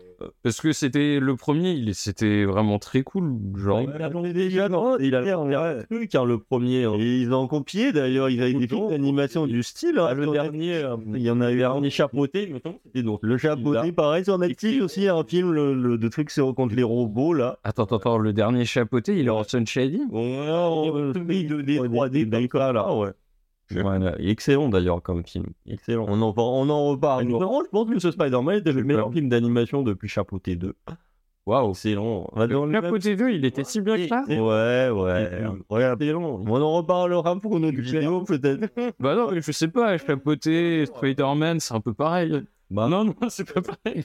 S2: Parce que c'était le premier, il- c'était vraiment très cool. Genre,
S3: on est déjà dans. hein. Il a l'air un truc, hein, le premier. Et ils ont copié d'ailleurs. Ils avaient des films d'animation du style. hein. bah, Ah, le dernier, euh, il y en a eu un chapeauté, mettons. C'était donc le chapeauté. Pareil sur Netflix aussi, un film de trucs contre les robots là.
S2: Attends, attends, attends, le dernier chapeauté, il est en Sunshady
S3: Ouais, Ah, oui, 2D, 3D, d'accord, là, ouais. Voilà, il est excellent d'ailleurs comme film. Excellent. On en, par- on en reparle. Vraiment, je pense que ce Spider-Man était le meilleur film d'animation depuis Chapeauté 2.
S2: Waouh
S3: Excellent.
S2: Le chapeauté 2, il était si bien que ça
S3: Ouais, ouais. Regarde, c'est long. On en reparlera pour une autre vidéo, peut-être.
S2: Bah non, mais je sais pas, chapeauté, Spider-Man, c'est un peu pareil.
S3: Bah,
S2: Ah. non, non, c'est pas pareil.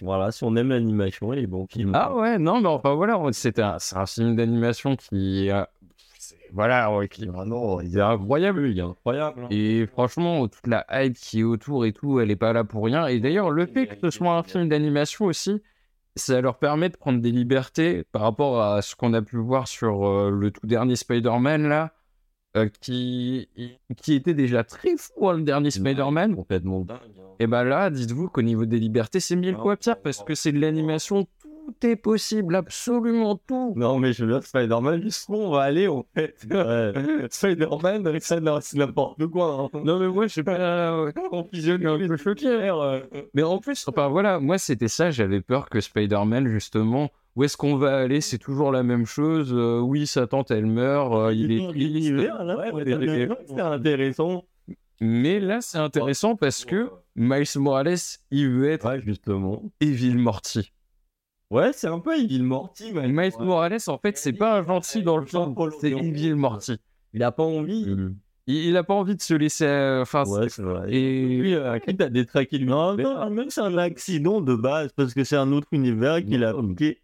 S3: Voilà, si on aime l'animation, il est bon film.
S2: ah ouais, non, mais enfin voilà, c'est un, c'est un film d'animation qui. euh, c'est- voilà, ouais, qui est vraiment il est incroyable, il est
S3: Incroyable. hein.
S2: Et franchement, toute la hype qui est autour et tout, elle est pas là pour rien. Et d'ailleurs, le fait que ce soit un film d'animation aussi, ça leur permet de prendre des libertés par rapport à ce qu'on a pu voir sur euh, le tout dernier Spider-Man là, euh, qui, qui était déjà très fou hein, le dernier Spider-Man.
S3: Complètement dingue.
S2: Et ben là, dites-vous qu'au niveau des libertés, c'est mille fois pire parce que c'est de l'animation, tout est possible, absolument tout.
S3: Non, mais je veux dire, Spider-Man, jusqu'où on va aller, en fait Spider-Man, ça, non, c'est n'importe quoi. hein.
S2: Non mais moi, je sais pas. euh,
S3: On fusionne un peu choqué.
S2: Mais en plus, enfin voilà, moi c'était ça, j'avais peur que Spider-Man, justement, où est-ce qu'on va aller C'est toujours la même chose. euh, oui, sa tante, elle meurt. euh, il est triste.
S3: L'univers, là,
S2: Ouais,
S3: ouais,
S2: ouais, ouais.
S3: c'est intéressant.
S2: Mais là, c'est intéressant parce que Miles Morales, il veut être
S3: Ouais, justement.
S2: Evil Morty.
S3: Ouais, c'est un peu Evil Morty, mais
S2: Miles Morales, en fait, c'est pas un gentil dans le film, c'est Evil Morty.
S3: il a pas envie.
S2: Il, il a pas envie de se laisser. euh, Enfin,
S3: Ouais, c'est vrai.
S2: et
S3: Lui, euh, quitte à détraquer l'univers. Non, même c'est un accident de base, parce que c'est un autre univers qu'il a piqué.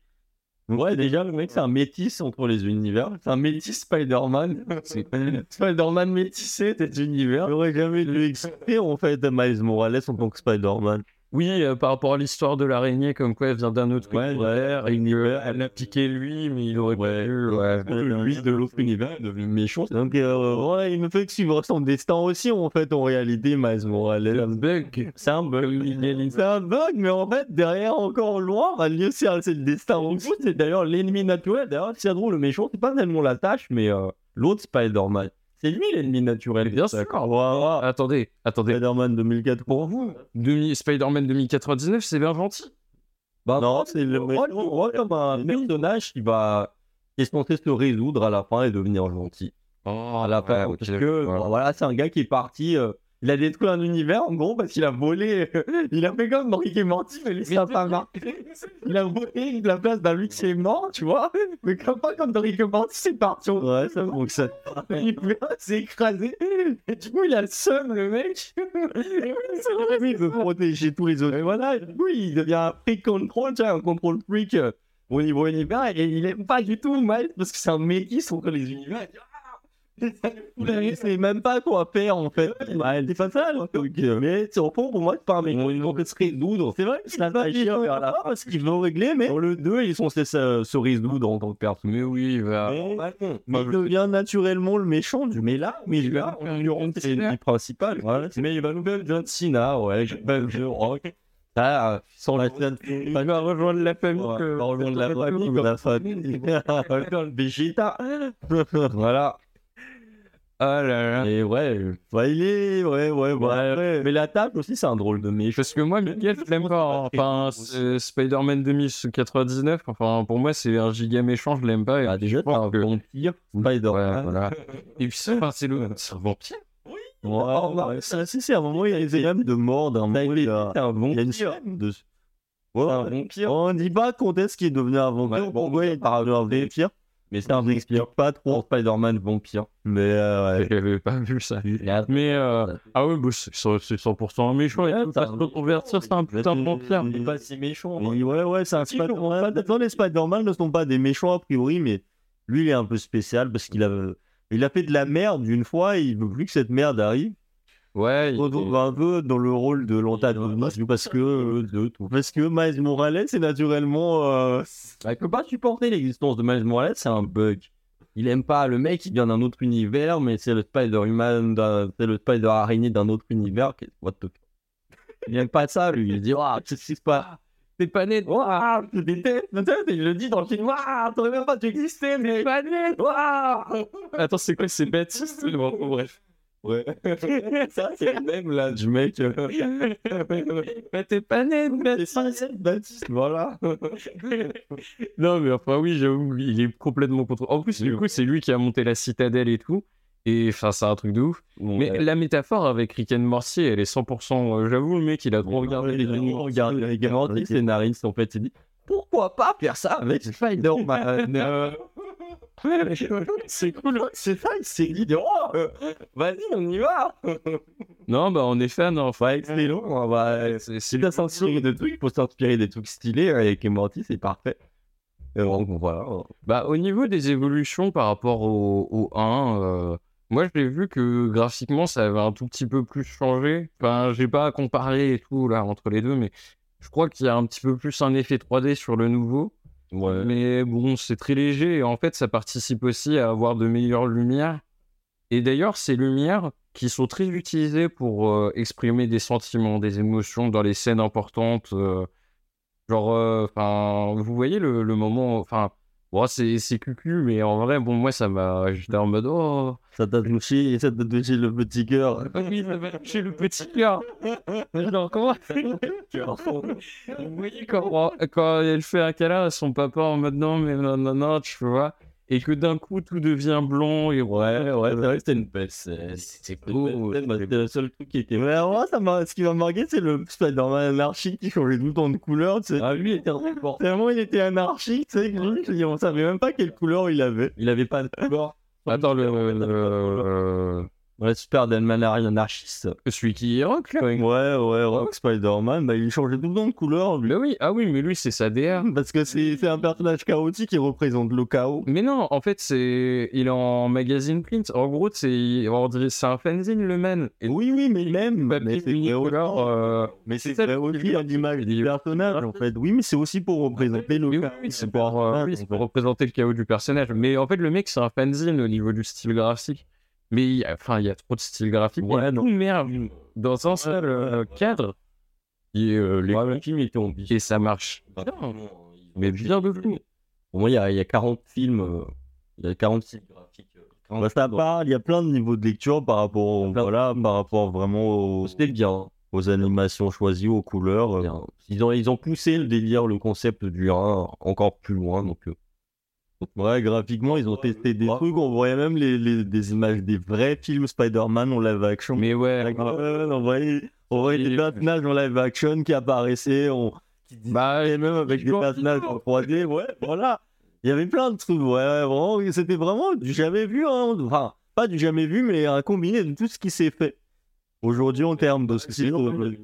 S3: Ouais, déjà, le mec, c'est un métis entre les univers. C'est un métis Spider-Man.
S2: C'est-
S3: Spider-Man métissé des univers. J'aurais jamais dû expliquer, en fait, à Miles Morales en tant que Spider-Man.
S2: Oui, euh, par rapport à l'histoire de l'araignée, comme quoi elle vient d'un autre
S3: Ouais,
S2: univers,
S3: ouais.
S2: et que elle l'a piqué lui, mais il aurait pas
S3: Ouais.
S2: dû. ouais.
S3: Lui, de l'autre univers, est devenu méchant. Donc, euh, ouais, il ne fait que suivre son destin aussi, en fait, en réalité, Miles Morales.
S2: Bug.
S3: C'est un bug, il est- c'est un bug, mais en fait, derrière, encore loin, bah, lui aussi, hein, c'est le destin en coup. C'est d'ailleurs l'ennemi naturel. D'ailleurs, c'est drôle, le méchant, c'est pas tellement la tâche, mais euh, l'autre Spider-Man. C'est lui l'ennemi naturel.
S2: Bien sûr.
S3: D'accord. Voilà.
S2: Attendez, attendez.
S3: Spider-Man 2004 pour vous.
S2: Demi- Spider-Man 2099, c'est bien gentil.
S3: non, c'est le méchant. On voit comme un personnage qui va. qui est censé se résoudre à la fin et devenir gentil.
S2: Oh,
S3: à la fin. parce que bon, voilà, c'est un gars qui est parti. euh, il a détruit un univers en gros parce qu'il a volé. il a fait comme dans Rick et Morty, mais lui, ça a pas marqué. Il a volé la place d'un lui qui est mort, tu vois. Mais comme pas comme dans Rick et Morty, c'est parti. Ouais, ça fonctionne. L'univers s'est écrasé. Et du coup, il a le seum, le mec. il veut protéger tous les autres. Et voilà, du coup, il devient un freak control, tu vois, un control freak euh, au niveau univers. Et il aime pas du tout Miles parce que c'est un mec qui sont les univers. Il sait même pas quoi faire en fait. Bah, elle est fatale. Donc, euh, mais tu comprends, pour moi, c'est pas un mec. On peut se résoudre. C'est vrai qu'il a pas chier vers la fin parce qu'ils veulent régler, mais dans le 2, ils sont censés se, se résoudre en tant que personne.
S2: Mais oui, il va.
S3: Mais-
S2: Moi,
S3: il
S2: je-
S3: devient naturellement le méchant du. Mais là, mais là,
S2: faire
S3: on
S2: une
S3: lui rend
S2: petite
S3: c'est
S2: scène.
S3: le principal. Voilà. Mais il va nous faire John Cena, ouais, je ben, je rock. Ah, sans la scène.
S2: Il va rejoindre la famille.
S3: Ouais,
S2: que-
S3: par exemple, la famille, comme la famille. Dans le Vegeta. voilà.
S2: Ah là là.
S3: Et ouais, euh, ouais, il est, ouais, ouais, ouais. ouais. Mais la table aussi, c'est un drôle de méchant.
S2: Parce que moi, Miguel, je l'aime pas. hein. Enfin, c'est- Spider-man 2099, enfin, pour moi, c'est un giga méchant, je l'aime pas. Et
S3: Ah, déjà, t'as un
S2: que-
S3: vampire spider
S2: Ouais, voilà. Et puis, enfin, c'est le. C'est un vampire.
S3: Oh, ça, si, c'est un moment, il y a des même de mort d'un mec. là.
S2: C'est un
S3: Il y a une
S2: vampire.
S3: scène de.
S2: C'est
S3: Ouais,
S2: un
S3: ouais.
S2: vampire.
S3: On dit pas quand est-ce qu'il est devenu un vampire,
S2: Ouais, bon,
S3: pourquoi il est devenu un vampire, mais ça n'explique pas trop Spider-Man vampire. Mais euh, ouais.
S2: J'avais pas vu ça.
S3: Il a-
S2: Mais euh, ah ouais, bah, c'est c'est- c'est 100% un méchant. Il peut pas se reconvertir, c'est un putain de vampire.
S3: Il est pas
S2: si méchant.
S3: Oui, ouais, ouais, c'est un
S2: Si, je comprends
S3: Spider-Man.
S2: pas.
S3: Attends, les Spider-Man ne sont pas des méchants a priori, mais lui, il est un peu spécial parce qu'il a, il a fait de la merde une fois et il veut plus que cette merde arrive.
S2: Ouais.
S3: Il
S2: il-
S3: se retrouve bah, un peu dans le rôle de l'antagoniste parce que, euh, de tout. parce que Miles Morales est naturellement. Euh... Il peut pas supporter l'existence de Miles Morales, c'est un bug. Il aime pas le mec, il vient d'un autre univers, mais c'est le Spider-Human, d'un- c'est le Spider-Araignée d'un autre univers. Qu'est- What the fuck Il aime pas ça, lui. Il dit, ah, qu'est-ce qui se passe
S2: T'es pas né.
S3: Waouh, je déteste, je déteste, et je le dis dans le film, waouh, t'aurais même pas dû exister, mais Emmanuel, waouh
S2: Attends, c'est quoi ces bêtises Bon, bon, Bref.
S3: Ouais, ça c'est le même là du mec. euh.
S2: Mais t'es pas né,
S3: C'est
S2: Baptiste.
S3: ça, Bah, c'est Baptiste, voilà.
S2: Non, mais enfin, oui, j'avoue, il est complètement contre. En plus, du coup, c'est lui qui a monté la citadelle et tout. Et enfin, c'est un truc de ouf. Mais
S3: Ouais.
S2: la métaphore avec Rick and Morty, elle est 100%. euh, J'avoue, le mec, il a trop regardé les animaux.
S3: regarde les gars, les scénaristes en fait, ils disent pourquoi pas faire ça avec Spider-Man euh, C'est cool, c'est ça, il s'est dit oh, euh, vas-y, on y va
S2: Non, bah, on est fan, hein. enfin.
S3: Ouais, c'est long, on va.
S2: C'est c'est
S3: Si t'as s'inspirer de trucs, faut s'inspirer des trucs stylés euh, avec Morty, c'est parfait. Et donc, voilà.
S2: Bah, au niveau des évolutions par rapport au, au 1, euh, moi j'ai vu que graphiquement ça avait un tout petit peu plus changé. Enfin, j'ai pas comparé et tout là entre les deux, mais Je crois qu'il y a un petit peu plus un effet 3D sur le nouveau.
S3: Ouais.
S2: Mais bon, c'est très léger et en fait, ça participe aussi à avoir de meilleures lumières. Et d'ailleurs, ces lumières qui sont très utilisées pour euh, exprimer des sentiments, des émotions dans les scènes importantes. euh, genre, euh, 'fin, vous voyez le, le moment. Enfin, bon, c'est c'est cucu, mais en vrai, bon, moi, ça m'a. J'étais en mode, oh,
S3: Ça t'a touché, ça t'a touché le petit cœur.
S2: oui, ça m'a touché le petit cœur. Genre, comment Vous voyez quand, quand elle fait un câlin à son papa en mode non, mais non, non, non, tu vois, et que d'un coup tout devient blond et ouais,
S3: Ouais, ouais, c'est vrai que c'était une belle scène.
S2: c'est
S3: Euh, C'était une
S2: beau.
S3: belle scène, bah, c'était le seul truc qui était. Mais alors, moi, ça m'a- ce qui m'a marqué, c'est le Spider-Man anarchique qui changeait tout le temps de couleur. tu sais.
S2: Ah, lui, il était
S3: très fort. Tellement il était anarchique, tu sais, que lui, je dis, on savait même pas quelle couleur il avait. Il avait pas de couleur.
S2: Attends, le, le- le-
S3: Ouais, Spider-Man anarchiste.
S2: le- euh, celui qui est rock là
S3: Ouais, ouais, ouais, Spider-Man, bah, il changeait tout le temps de couleur, lui.
S2: Bah oui, ah oui, mais lui c'est sa DR.
S3: Parce que c'est c'est un personnage chaotique qui représente le chaos.
S2: Mais non, en fait, c'est il est en magazine print. En gros, c'est on dirait- c'est un fanzine le man. Et
S3: Oui, oui, mais même.
S2: papier
S3: Mais c'est vrai
S2: unicolore,
S3: autant.
S2: euh,
S3: Mais c'est
S2: C'est ça,
S3: vrai aussi en image du personnage, en fait. Oui, mais c'est aussi pour représenter le
S2: Oui, oui,
S3: chaos
S2: oui, c'est
S3: du
S2: pour, euh,
S3: personnage,
S2: oui,
S3: en
S2: c'est
S3: fait.
S2: pour représenter le chaos du personnage. Mais en fait, le mec, c'est un fanzine au niveau du style graphique. Mais il y a- enfin, il y a trop de styles graphiques.
S3: Ouais, non.
S2: merde dans un seul euh, cadre. Et, euh, les-
S3: Ouais, le film était ambitieux.
S2: et ça marche.
S3: Bah,
S2: Bien.
S3: euh,
S2: Mais bien de fou.
S3: Pour moi, il y, a- il y a 40 films. euh, Il y a 40 films graphiques. Bah, ça parle, il y a plein de niveaux de lecture par rapport, au- voilà, par rapport vraiment aux,
S2: C'était bien.
S3: aux animations choisies, aux couleurs. euh.
S2: Bien.
S3: Ils, ont, ils ont poussé le délire, le concept du 1 encore plus loin. Donc, euh, donc, ouais, graphiquement, ils ont testé des trucs. On voyait même les, les- des images des vrais films Spider-Man en live action.
S2: Mais ouais.
S3: Ouais, ouais, ouais, on voyait, on voyait
S2: Et-
S3: des personnages en live action qui apparaissaient, on... qui disaient
S2: Bah,
S3: et même avec
S2: ils
S3: des
S2: jouent en
S3: personnages en 3D, ouais, voilà. Il y avait plein de trucs, ouais, ouais, vraiment, c'était vraiment du jamais vu, hein. enfin, pas du jamais vu, mais un combiné de tout ce qui s'est fait. Aujourd'hui, en termes de style euh,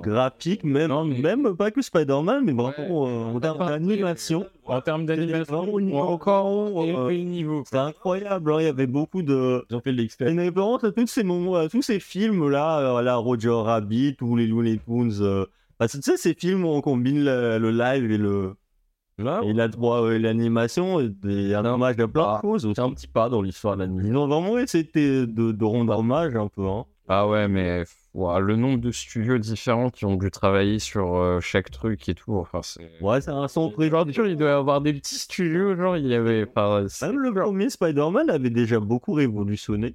S3: graphique, même,
S2: Non, mais-
S3: même pas que Spider-Man, mais vraiment
S2: Ouais.
S3: euh, en termes d'animation,
S2: En termes d'animation,
S3: Vraiment,
S2: ou encore
S3: euh,
S2: et niveau.
S3: c'est incroyable, hein, il y avait beaucoup de...
S2: Ils ont fait de
S3: Il y
S2: l'expérience.
S3: en avait vraiment à tous ces moments, à tous ces films là, euh, la Roger Rabbit ou les Looney Tunes. euh, parce que tu sais, ces films où on combine le, le live et le
S2: Là,
S3: et la droit euh, et l'animation, et des- un
S2: Non.
S3: hommage à plein
S2: Ah,
S3: de choses. aussi.
S2: c'est un petit pas dans l'histoire de l'anime.
S3: Ils ont vraiment essayé de, de- de rendre hommage un peu. Hein.
S2: Ah ouais, mais f- ouah, le nombre de studios différents qui ont dû travailler sur euh, chaque truc et tout, enfin c'est...
S3: Ouais, c'est un son très
S2: Genre, il doit y avoir des petits studios, genre, il y avait... enfin, c'est-
S3: Même le premier Spider-Man avait déjà beaucoup révolutionné.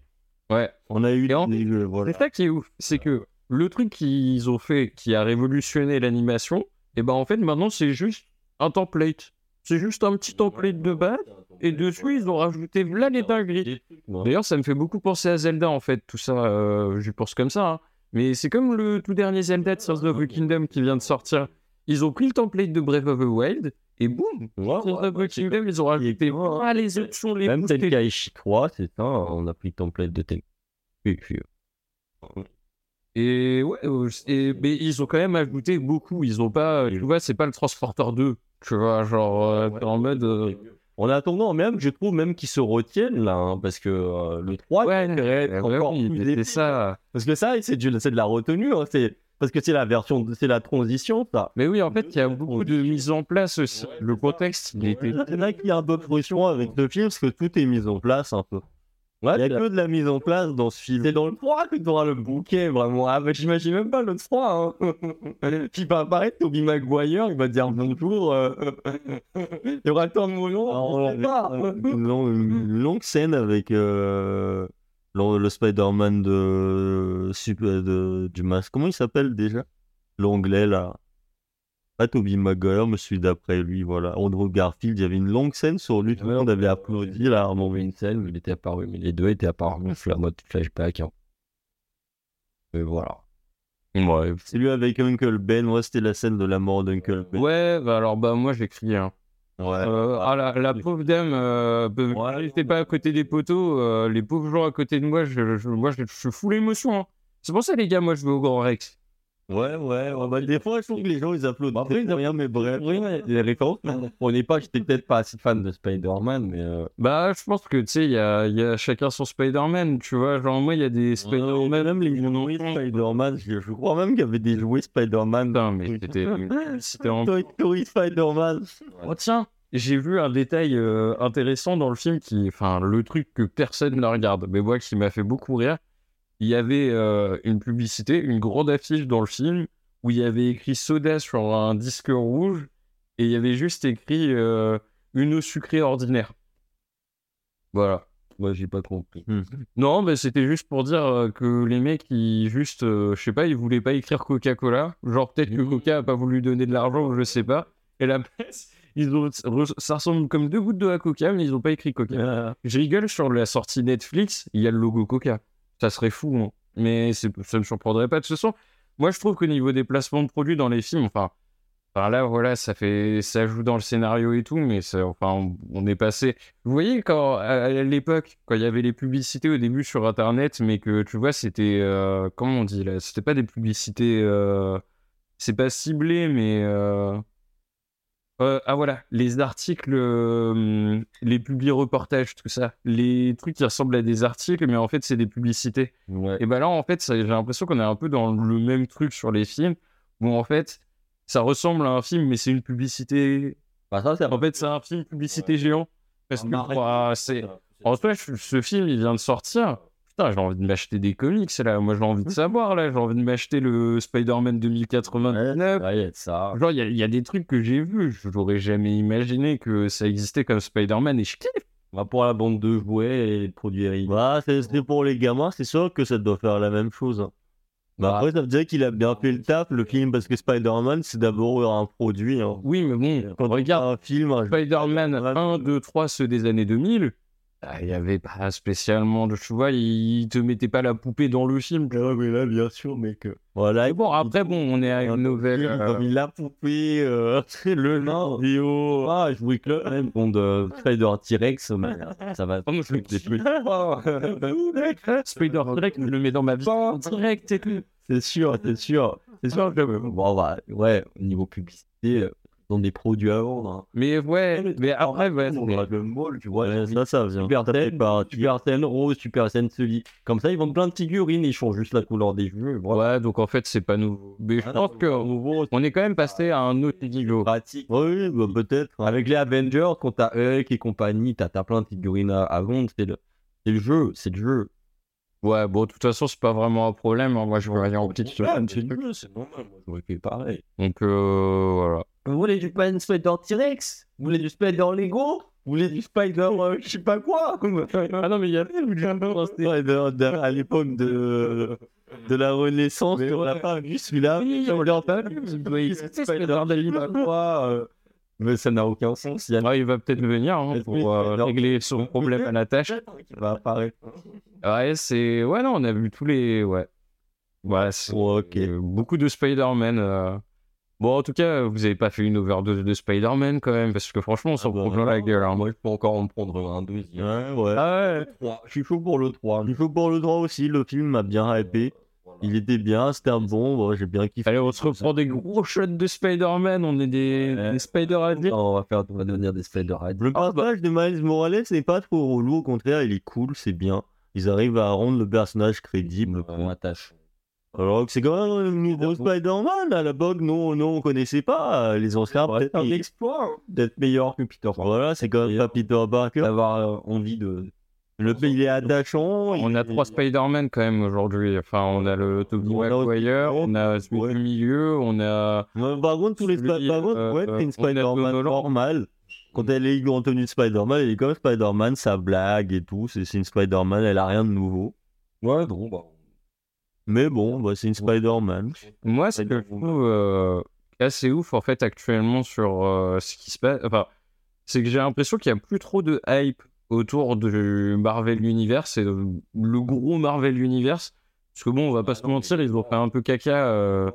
S2: ouais.
S3: On a eu
S2: Et en-
S3: des, voilà.
S2: C'est ça qui est ouf, c'est que le truc qu'ils ont fait, qui a révolutionné l'animation, et ben en fait, maintenant, c'est juste un template. C'est juste un petit template de base, et dessus, ils ont rajouté là les dingueries. D'ailleurs, ça me fait beaucoup penser à Zelda, en fait, tout ça, euh, je pense comme ça. hein. Mais c'est comme le tout dernier Zelda de Tears of the Kingdom qui vient de sortir. Ils ont pris le template de Breath of the Wild, et boum
S3: Ouais,
S2: Tears
S3: Ah, ouais, hein.
S2: of the Kingdom, ils ont rajouté ah, les options, les
S3: Même
S2: boostés.
S3: Tenkaichi 3, c'est ça, on a pris le template de Tenkaichi. Oui, oui.
S2: Et ouais, euh, et- mais ils ont quand même ajouté beaucoup. Ils ont pas, euh, tu vois, c'est pas le Transporter 2, tu vois, genre, euh,
S3: Ah, Ouais.
S2: en mode... euh,
S3: En attendant, même, je trouve même qu'ils se retiennent là, hein, parce que euh, le 3
S2: Ouais,
S3: devrait être
S2: euh,
S3: encore
S2: oui,
S3: plus
S2: mais c'est
S3: épique.
S2: ça.
S3: Parce que ça, c'est du- c'est de la retenue, hein, c'est parce que c'est la version, de- c'est la transition, ça.
S2: Mais oui, en fait, il y a beaucoup de mise en place aussi. Le contexte, il était...
S3: C'est là qu'il y a un peu de frustrant avec le film, parce que tout est mis en place un peu. Il y a que de la mise en place dans ce film. C'est dans le 3 que tu auras le bouquet, vraiment. Ah, bah, j'imagine même pas le 3. Hein. Puis va apparaître Toby Maguire, il va dire bonjour. euh, Il y aura Tom Holland. on sait pas. euh, Une longue, une longue scène avec euh, le, le Spider-Man de, sup- de- du masque. Comment il s'appelle déjà L'anglais, là. Pas Toby Maguire, mais celui d'après lui, voilà. Andrew Garfield, il y avait une longue scène sur lui, tout le monde avait applaudi, là, à un moment.
S4: trouvé une scène où il était apparu, mais les deux étaient apparus en mode flashback. hein. Mais voilà.
S2: Ouais,
S3: C'est lui avec Uncle Ben, ouais, c'était la scène de la mort d'Uncle Ben.
S2: ouais bah alors, bah moi, j'ai crié, hein.
S3: Ouais.
S2: Euh, ah, la, la pauvre dame, euh, bah,
S3: Ouais.
S2: j'étais pas à côté des poteaux, euh, les pauvres gens à côté de moi, je, je- moi, je, je suis fou l'émotion. hein. C'est pour ça, les gars, moi, je vais au Grand Rex.
S3: Ouais, ouais, ouais, bah, des fois, je trouve que les gens, ils applaudissent. Après, ils rien, mais bref. les références, on n'est pas, j'étais peut-être pas assez fan de Spider-Man, mais. euh,
S2: Bah, je pense que, tu sais, il y a, il y a chacun son Spider-Man, tu vois. Genre, moi, il y a des
S3: Spider-Man,
S2: Spider-Man.
S3: même les jouets Spider-Man, je, je crois même qu'il y avait des jouets Spider-Man.
S2: Putain, mais c'était. c'était en-
S3: Toy Story Spider-Man.
S2: Oh, tiens, j'ai vu un détail euh, intéressant dans le film qui. Enfin, le truc que personne ne regarde, mais moi, qui m'a fait beaucoup rire. Il y avait euh, une publicité, une grande affiche dans le film, où il y avait écrit soda sur un disque rouge, et il y avait juste écrit euh, une eau sucrée ordinaire. Voilà.
S4: Moi, j'ai pas compris.
S2: Non, mais c'était juste pour dire euh, que les mecs, ils juste, euh, je sais pas, ils voulaient pas écrire Coca-Cola. Genre, peut-être que Coca a pas voulu donner de l'argent, je sais pas. Et la presse, ils ont, re- ça ressemble comme deux gouttes d'eau à Coca, mais ils ont pas écrit Coca.
S3: Euh,
S2: Je rigole sur la sortie Netflix, il y a le logo Coca. Ça serait fou, hein. mais c'est- ça me surprendrait pas de ce son. Moi, je trouve qu'au niveau des placements de produits dans les films, enfin, enfin, là, voilà, ça fait, ça joue dans le scénario et tout, mais ça- enfin, on, on est passé. Vous voyez quand à, à l'époque, quand il y avait les publicités au début sur Internet, mais que tu vois, c'était euh, comment on dit là, c'était pas des publicités, euh, c'est pas ciblé, mais euh, euh, ah voilà, les articles, euh, les publi reportages, tout ça, les trucs qui ressemblent à des articles, mais en fait c'est des publicités.
S4: Ouais.
S2: Et ben là en fait, ça- j'ai l'impression qu'on est un peu dans le même truc sur les films, où en fait ça ressemble à un film, mais c'est une publicité.
S3: Bah, ça, c'est
S2: En fait, c'est un film publicité
S3: Ouais.
S2: géant, parce que
S3: euh,
S2: bah, c'est. En fait, je- ce film il vient de sortir. Putain, j'ai envie de m'acheter des comics là. Moi, j'ai envie de savoir là. J'ai envie de m'acheter le Spider-Man 2099.
S3: Ouais, il y a de ça.
S2: Genre, il y a- il y, a des trucs que j'ai vus, je n'aurais jamais imaginé que ça existait comme Spider-Man et je kiffe.
S3: Bah, pour la bande de jouets et les produits dérivés. Bah, c'est c'est pour les gamins, c'est sûr que ça doit faire la même chose. hein. Bah,
S4: Bah.
S3: après, ça veut dire qu'il a bien fait le taf, le film, parce que Spider-Man, c'est d'abord un produit. hein.
S2: Oui, mais bon,
S3: Quand
S2: regarde,
S3: on fait un film, hein, un jeu-
S2: Spider-Man
S3: Spider-Man, euh,
S2: 1, 2, 3, ceux des années 2000, bah, il n'y avait pas spécialement de. Tu vois, ils te mettaient pas la poupée dans le film.
S3: Ouais, mais Ah là, bien sûr, mec. Voilà.
S2: Mais bon, après, bon, on est à une nouvelle.
S3: Il a
S2: euh,
S3: mis la poupée, euh, le nain, Dio. Ah, je voulais que le même bon de Spider T-Rex, mais ça va.
S2: oh, je le
S3: Des
S2: kiffe.
S3: trucs.
S2: Spider
S3: Ah,
S2: direct, je le mets dans ma vie. Direct et tout.
S3: C'est sûr, c'est sûr. C'est sûr que. Bon, bah, ouais, au niveau publicité, euh, ils ont des produits à vendre. hein.
S2: Mais ouais, mais après, ouais.
S3: Ah, On
S2: mais-
S3: va le mall, tu vois. ça, ça vient. Super Sen, bah, Super Sen Rose, Super Sen Sully. Comme ça, ils vendent plein de figurines, ils changent juste la couleur des jeux. Voilà. Ah,
S2: Ouais, donc en fait, c'est pas nouveau. Mais je pense qu'on
S3: nouveau,
S2: est quand même passé à un autre niveau.
S3: pratique. Oui, bah, peut-être. Avec les Avengers, quand t'as Hulk et compagnie, t'as t'as plein de figurines à, à vendre. C'est le, c'est le jeu, c'est le jeu.
S2: Ouais, bon, de toute façon, c'est pas vraiment un problème. hein. Moi, je voyais en petite semaine.
S3: jeu, c'est normal. Moi, j'aurais fait pareil.
S2: Donc, euh, voilà.
S3: Vous voulez du Spider Spider T-Rex Vous voulez du Spider Lego Vous voulez du Spider, euh, je sais pas quoi
S2: Ah non, mais il y a
S3: À l'époque de, de la Renaissance,
S2: Mais
S3: on l'a
S2: ouais.
S3: pas vu celui-là. On l'a pas vu. Quoi, euh, Mais ça n'a aucun sens. Il y a
S2: Ouais, il va peut-être venir hein, pour euh, régler son problème à la tâche.
S3: qui va apparaître.
S2: Ouais, c'est. Ouais, non, on a vu tous les. Ouais. Ouais, c'est-
S3: Ok.
S2: euh, beaucoup de Spider-Man. euh. Bon, en tout cas, vous avez pas fait une overdose de Spider-Man quand même, parce que franchement, on s'en
S3: Ah bah,
S2: prend plein la
S3: non.
S2: gueule. hein.
S4: Moi, je peux encore en prendre un deuxième.
S3: Ouais, ouais.
S2: Ah ouais.
S3: Je suis chaud pour le 3. Je suis chaud pour le 3 aussi. Le film m'a bien hypé. Il était bien, c'était un bon. bon, J'ai bien kiffé.
S2: Allez, on se reprend des gros shots de Spider-Man. On est des,
S3: Ouais.
S2: des Spider-Man.
S4: on va faire, on va devenir des Spider Head.
S3: Le personnage de Miles Morales n'est pas trop relou. Au contraire, il est cool, c'est bien. Ils arrivent à rendre le personnage crédible.
S4: On attache.
S3: Alors que c'est quand même le nouveau Spider-Man. À la bug, non, non, on connaissait pas. euh, Les anciens, peut-être
S4: un
S3: exploit d'être meilleur que Peter. Voilà, c'est quand même pas Peter Parker. D'avoir euh, envie de. Le il est attachant.
S2: On
S3: il
S2: a
S3: est-
S2: trois Spider-Man quand même aujourd'hui. Enfin, on a le Tobey
S3: On a aussi-
S2: Maguire, on a celui
S3: Ouais.
S2: du milieu, on a.
S3: Ouais, Euh, par contre, tous les
S2: Celui,
S3: Spi- par contre,
S2: euh,
S3: ouais, c'est une
S2: on a Tom
S3: Spider-Man
S2: Holland.
S3: normale. Quand elle est en tenue de Spider-Man, elle est comme Spider-Man, ça blague et tout. C'est c'est une Spider-Man, elle a rien de nouveau.
S4: Ouais, donc, bah.
S3: Mais bon, bah, c'est une Spider-Man.
S2: Moi, ce que je trouve euh, assez ouf en fait actuellement sur euh, ce qui se passe, enfin, c'est que j'ai l'impression qu'il n'y a plus trop de hype autour du Marvel Universe et de- le gros Marvel Universe. Parce que bon, on va
S3: Ah
S2: pas se mentir, ils ont fait un peu caca euh,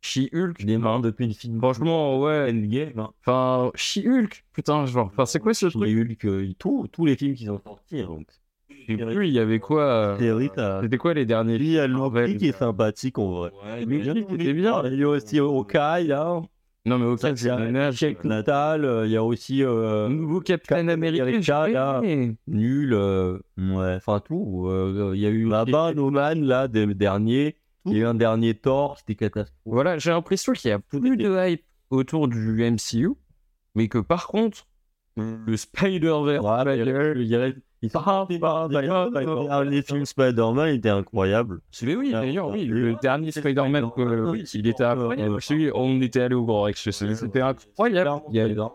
S2: She-Hulk.
S3: Il est mort
S2: hein.
S3: depuis le film
S2: Franchement, ouais.
S3: Endgame. hein.
S2: Enfin, She-Hulk, putain, genre, enfin, c'est quoi ce
S3: Il y a
S2: truc
S3: eu que- tous- tous les films qui sont sortis. Donc.
S2: sais plus, il y avait quoi hein, euh,
S3: Terry, t'as.
S2: C'était quoi les derniers
S3: Lui, à
S2: Ouais,
S3: Lopri qui est sympathique en vrai.
S2: Ouais, mais bien, c'était bien.
S3: bien. Il y a aussi Okai, là.
S2: Non, mais aucun
S3: Ça, c'est un
S2: Check
S3: Natal, euh, il y a aussi. euh,
S2: Nouveau Captain
S3: Captain
S2: America.
S3: America,
S2: je
S3: là.
S2: connais.
S3: Nul. euh, ouais, enfin tout. euh, Il y a eu là-bas, No Man, là, dès le dernier. Il y a eu un dernier Thor, c'était catastrophique.
S2: Voilà, j'ai l'impression qu'il y a plus de hype autour du MCU, mais que par contre, le Spider-Verse,
S3: Ouais,
S2: ma
S3: il y a-
S2: gueule,
S3: il y avait- il
S2: Ah,
S3: sortait par- d'ailleurs, d'ailleurs, Les films Spider-Man étaient incroyables.
S2: Mais oui,
S3: Ah,
S2: d'ailleurs, oui,
S3: oui,
S2: le
S3: oui.
S2: dernier Spider-Man,
S3: Spider-Man, Ah,
S2: euh,
S3: oui,
S2: il était
S3: euh,
S2: incroyable.
S3: euh,
S2: Celui, on était allé au Grand Rex,
S3: Ouais,
S2: c'était
S3: ouais.
S2: incroyable. Il y a-
S3: hein,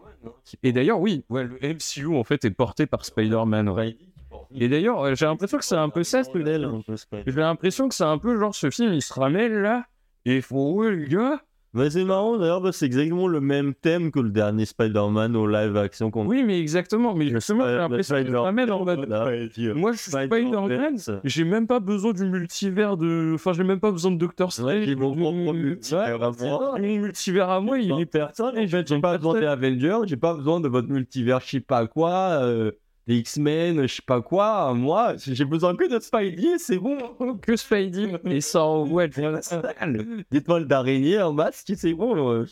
S2: Et d'ailleurs, oui, ouais, le MCU en fait est porté par Spider-Man. ouais. Et d'ailleurs, euh, j'ai l'impression que c'est un peu ça, ce hein. modèle. J'ai l'impression que c'est un peu genre ce film, il se ramène là, et il faut, ouais, le gars.
S3: Mais c'est marrant d'ailleurs, parce que c'est exactement le même thème que le dernier Spider-Man au live action qu'on
S2: Oui, mais exactement, mais justement, j'ai
S3: Euh,
S2: l'impression
S3: bah,
S2: qu'il se ramène en mode.
S3: Spider-Man, ouais, dit, euh,
S2: Moi, je suis Spider-Man,
S3: Spider-Man, ça.
S2: j'ai même pas besoin du multivers de. Enfin, j'ai même pas besoin de Doctor
S3: C'est vrai
S2: Strange.
S3: qu'ils vont prendre mon
S2: Ouais,
S3: multivers à
S2: Mon
S3: moi.
S2: multivers à moi, il est
S3: personne
S2: et je vais être
S3: j'ai pas besoin
S2: personne.
S3: des Avengers, j'ai pas besoin de votre multivers, je sais pas quoi, euh, des X-Men, je sais pas quoi. Moi, j'ai besoin que de Spidey, c'est bon.
S2: que Spidey, et ça envoie de la salle.
S3: Des toiles d'araignée, un masque, c'est bon. euh,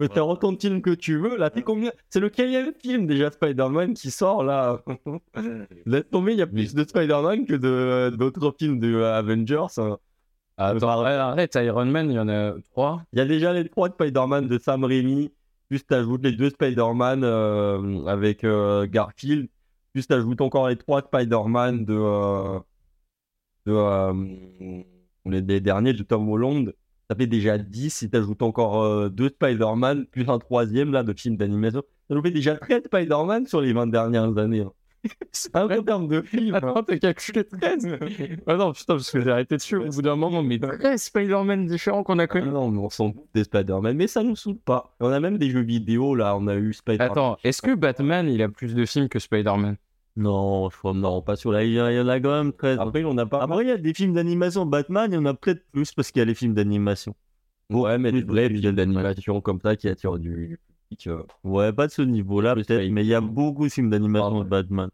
S3: Mais t'as autant de films que tu veux, là, t'es combien C'est le quatrième film déjà Spider-Man qui sort, là. Laisse tomber, il y a plus de Spider-Man que de- d'autres films de euh, Avengers. hein.
S2: Attends, ouais, arrête, Iron Man, il y en a trois.
S3: Il y a déjà les trois de Spider-Man de Sam Raimi, plus t'ajoutes les deux Spider-Man euh, avec euh, Garfield, plus t'ajoutes encore les trois Spider-Man de. euh, de euh, les, les derniers de Tom Holland. Ça fait déjà 10 si t'ajoutes encore euh, deux Spider-Man, plus un troisième là de film d'animation. Ça nous fait déjà 13 Spider-Man sur les 20 dernières années. hein. C'est un vrai terme de film. hein.
S2: Attends, t'as calculé 13 Ah non, putain, parce que j'ai arrêté dessus au bout d'un moment, mais 13 Spider-Man différents qu'on a
S3: Ah
S2: connus.
S3: non, mais on s'en fout des Spider-Man, mais ça nous saoule pas. Et on a même des jeux vidéo là, on a eu Spider-Man.
S2: Attends, est-ce que Batman, il a plus de films que Spider-Man
S3: Non, je crois non, pas sur la. Il y, en- il y en a quand même 13. Après, on a pas. Après, il y a des films d'animation Batman, il y en a peut-être plus parce qu'il y a les films d'animation.
S4: Ouais, mais
S3: Oui,
S4: des vrais
S3: oui.
S4: films d'animation comme ça qui attirent du public. euh.
S3: Ouais, pas de ce niveau-là peut-être, mais il y a beaucoup de films d'animation
S4: Pardon.
S3: de Batman.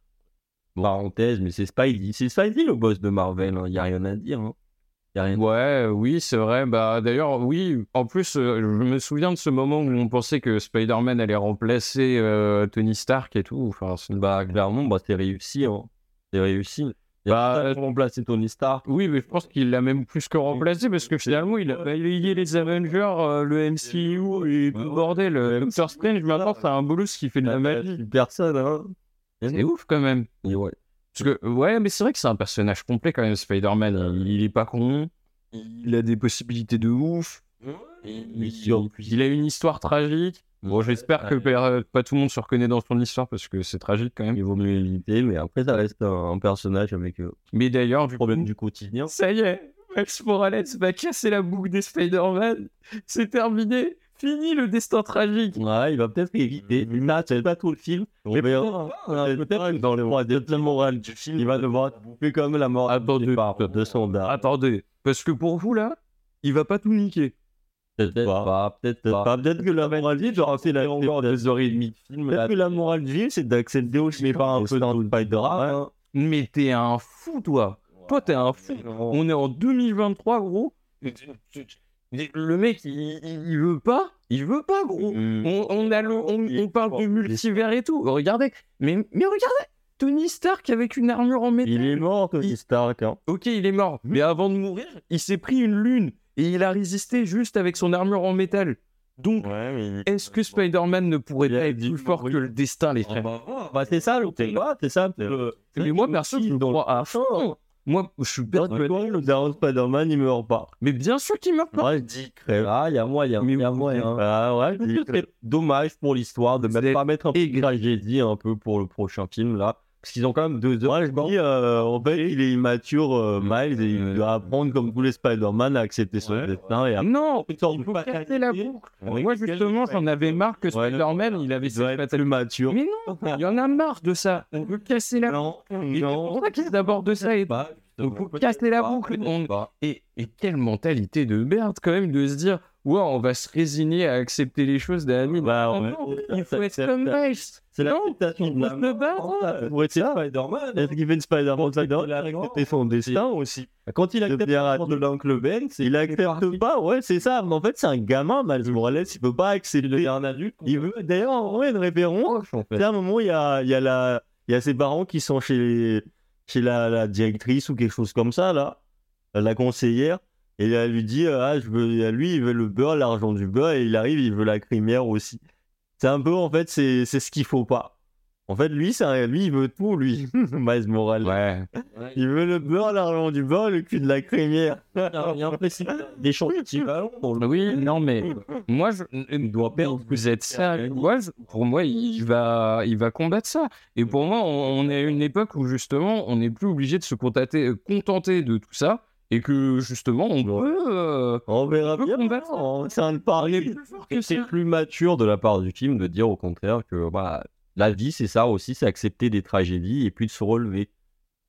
S4: Parenthèse, mais c'est Spidey. C'est Spidey le boss de Marvel, il y a rien à dire. hein. Y a rien
S2: Ouais, oui, c'est vrai. Bah, d'ailleurs, oui, en plus, euh, je me souviens de ce moment où on pensait que Spider-Man allait remplacer euh, Tony Stark et tout. Enfin, c'est-
S4: Bah, clairement, bah, c'est réussi. Hein. C'est réussi. Y a
S2: Bah,
S3: euh,
S4: pas de remplacer Tony Stark.
S2: Oui, mais je pense qu'il l'a même plus que remplacé parce que finalement, il a balayé les Avengers, euh, le MCU et tout bordel. euh, Doctor Strange, maintenant, c'est un bolus qui fait de la magie.
S3: Personne, hein.
S2: C'est ouf quand même.
S4: Et ouais.
S2: Parce que, ouais, mais c'est vrai que c'est un personnage complet quand même, Spider-Man. Il, il est pas con. Il a des possibilités de ouf. Il, il a une histoire tragique. Bon, j'espère que per- pas tout le monde se reconnaît dans son histoire parce que c'est tragique quand même.
S3: Il vaut mieux éviter, mais après, ça reste un, un personnage avec euh,
S2: Mais d'ailleurs, du
S3: problème
S2: coup,
S3: du quotidien.
S2: ça y est, Max Morales va casser la boucle des Spider-Man. C'est terminé. Fini le destin tragique.
S3: Ouais, il va peut-être éviter. Là, c'est pas tout le film.
S4: Mais
S3: mais euh, euh, peut-être que dans le mois de la morale du film, il va devoir être bouffé comme la mort
S2: Attendez,
S3: par
S2: attendez.
S3: de son dard.
S2: Ah, Attendez, parce que pour vous là, il va pas tout niquer.
S4: Peut-être
S3: pas.
S4: pas, peut-être
S3: Peut-être
S4: pas.
S3: pas. Peut-être que la morale du film, genre, c'est la
S4: Encore deux heures et demie de film.
S3: Peut-être
S4: là.
S3: que la morale du film, c'est d'accepter aussi, mais pas un peu dans le paille de rat.
S2: Mais t'es un fou toi. Toi t'es un fou. On est en 2023, gros. Le mec, il, il- il veut pas. Il veut pas, gros. On, on a le- on- on parle du multivers et tout. Regardez. Mais, mais regardez. Tony Stark avec une armure en métal.
S3: Il est mort, Tony Stark. hein.
S2: Ok, il est mort. Mais avant de mourir, il s'est pris une lune. Et il a résisté juste avec son armure en métal. Donc, est-ce que Spider-Man ne pourrait
S3: Il a
S2: pas être
S3: dit
S2: plus fort que
S3: mourir.
S2: le destin, les frères
S3: Bah, c'est ça le combat, c'est ça. le-
S2: Mais moi, perso, je le crois à fond. Moi, je suis
S3: Dans
S2: persuadé.
S3: le coin, le daron Spider-Man, il meurt pas.
S2: Mais bien sûr qu'il meurt pas.
S3: Moi, je dis crève. Ah, il y a moyen.
S2: Mais
S3: Il y a
S2: vous-
S3: moyen. Ah, ouais, je dis que c'est dommage pour l'histoire de
S2: C'est
S3: même pas mettre un peu de
S2: aigri.
S3: tragédie un peu pour le prochain film, là. Parce qu'ils ont quand même deux heures. je dis, euh, en fait, il est immature, euh, Miles, et il doit apprendre, comme tous les Spider-Man, à accepter son
S4: Ouais.
S3: destin et à
S2: Non,
S3: Il sort
S2: il
S3: de
S2: faut
S3: fatalité.
S2: casser la boucle.
S3: Ouais.
S2: Moi, justement, j'en avais marre que
S3: Ouais,
S2: Spider-Man, il avait
S3: il doit
S2: ses
S3: être plus
S2: fatalités.
S3: mature.
S2: Mais non, il y en a marre de ça. On veut casser la boucle.
S3: Non,
S2: Et C'est pour ça qu'ils abordent de ça. Et,
S3: pas.
S2: Donc, vous cassez la boucle, on- et, et quelle mentalité de merde, quand même, de se dire ouais, on va se résigner à accepter les choses d'Ami.
S3: Bah,
S2: Oh
S3: ouais.
S2: non,
S3: C'est-
S2: il faut
S3: c'est-
S2: être
S3: c'est-
S2: comme Miles.
S3: C'est
S2: Non,
S3: l'acceptation
S2: on
S3: de la
S2: peut se battre,
S3: mort,
S2: hein.
S3: ça. Pour être Spider-Man. Est-ce qu'il fait une Spider-Man Spider-Man a accepté son destin aussi. Quand il accepte la mort de l'oncle Ben, c'est- il accepte pas, ouais, c'est ça. Mais en fait, c'est un gamin, Miles Morales. Il peut pas accepter un adulte. Il veut d'ailleurs en vrai une référence. C'est à un moment, il y a, il y, a la- il y a ses parents qui sont chez, les- chez la, la directrice ou quelque chose comme ça, là, Euh, la conseillère. Et elle lui dit, euh, ah, je veux, lui, il veut le beurre, l'argent du beurre, et il arrive, il veut la crinière aussi. C'est un peu, en fait, c'est c'est ce qu'il faut pas. En fait, lui, c'est un- lui, il veut tout, lui, Miles Morales.
S4: Ouais.
S3: Il veut le beurre, l'argent du beurre, le cul de la crinière. Il y a un principe d'échange équivalent dans le
S2: Oui, non, mais moi, je, ne dois
S3: perdre.
S2: Vous êtes sérieux Moi, je- Pour moi, il va, il va combattre ça. Et pour moi, on, on est à une époque où justement, on n'est plus obligé de se contenter, euh, contenter de tout ça, et que justement, on
S3: Ouais.
S2: peut. euh,
S3: On verra
S2: On peut
S3: bien.
S2: combattre.
S3: on- C'est un
S2: on est
S3: pari.
S2: plus fort que
S3: Et
S2: ça.
S3: c'est plus mature de la part du film de dire au contraire que bah, la vie, c'est ça aussi, c'est accepter des tragédies et puis de se relever.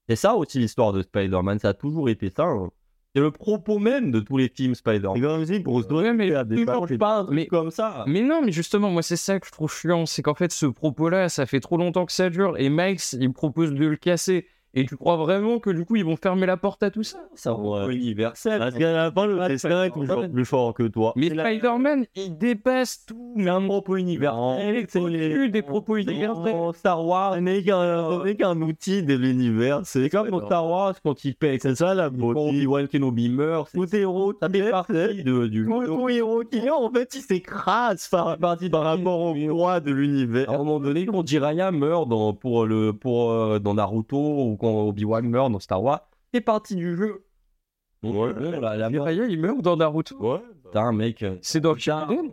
S3: C'est ça aussi l'histoire de Spider-Man, ça a toujours été ça. hein. C'est le propos même de tous les films Spider-Man. C'est comme si pour se
S2: Ouais, mais
S3: faire
S2: tu
S3: parties,
S2: manges pas,
S3: un truc
S2: mais-
S3: comme ça.
S2: Mais non, mais justement, moi, c'est ça que je trouve chiant. C'est qu'en fait, ce propos-là, ça fait trop longtemps que ça dure. Et Max, il propose de le casser. Et tu crois vraiment que du coup, ils vont fermer la porte à tout ça
S3: Ça rend
S4: universel.
S3: Parce qu'à la fin, le
S4: Pas de
S3: destin est
S4: Spider-Man.
S3: toujours plus fort que toi.
S2: Mais
S3: C'est la-
S2: Spider-Man, il dépasse tout.
S3: c'est un propos Eh,
S2: Il
S3: universel.
S2: est au-dessus des propos
S3: C'est
S2: universels.
S3: en Star Wars n'est qu'un n'est qu'un outil de l'univers. C'est comme dans Star Wars quand il paye. C'est ça la beauté. Quand Obi-Wan Kenobi meurt, tout héros qui est parti de, du. Tout héros qui meurt, en fait, il s'écrase par, par, par rapport au roi de l'univers. À un moment donné, quand Jiraiya meurt dans, pour le, pour, euh, dans Naruto ou quand Obi-Wan meurt dans Star Wars, c'est parti du jeu. Ouais, la, la mort.
S2: Jiraiya, il meurt dans Naruto.
S3: Ouais. Putain, mec. euh,
S2: C'est dans
S3: putain.
S2: Shippuden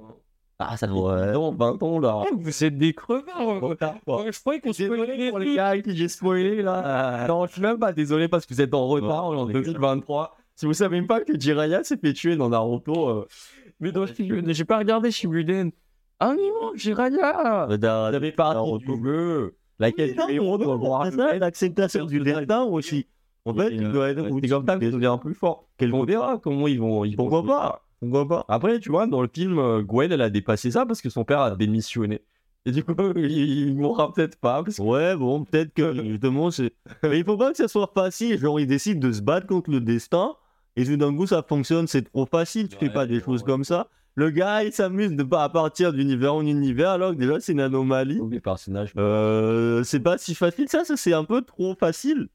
S3: Ah, ça doit. Dans 20 ans, là.
S2: Ah, Vous êtes des crevards.
S3: Trop
S2: quoi.
S3: tard, quoi.
S2: Ouais, Je croyais qu'on se
S3: Désolé
S2: connaissait
S3: pour les gars à qui j'ai spoilé là. Euh, Non, je suis même pas désolé parce que vous êtes en retard on est en 2023. Si vous savez pas que Jiraiya s'est fait tuer dans Naruto, euh,
S2: Mais dans Shibuden, j'ai pas regardé Shibuden. Ah non, Jiraya
S3: t'avais pas Euh, Naruto. La quête du héros doit voir l'acceptation du destin aussi. En fait, il doit être euh, c'est comme ça que ça devient plus fort. On verra comment ils vont. Ils Pourquoi pas Pourquoi pas Après, tu vois, dans le film, euh, Gwen, elle a dépassé ça parce que son père a démissionné. Et du coup, il il mourra peut-être pas. parce que- Ouais, bon, peut-être que justement, c'est. Mais il faut pas que ça soit facile. Genre, ils décident de se battre contre le destin. Et tout d'un coup, ça fonctionne. C'est trop facile. Tu fais pas des choses comme ça. Le gars, il s'amuse de pas à partir d'univers en univers, alors que déjà, c'est une anomalie.
S4: Les personnages.
S3: Euh, c'est pas si facile ça, ça c'est un peu trop facile.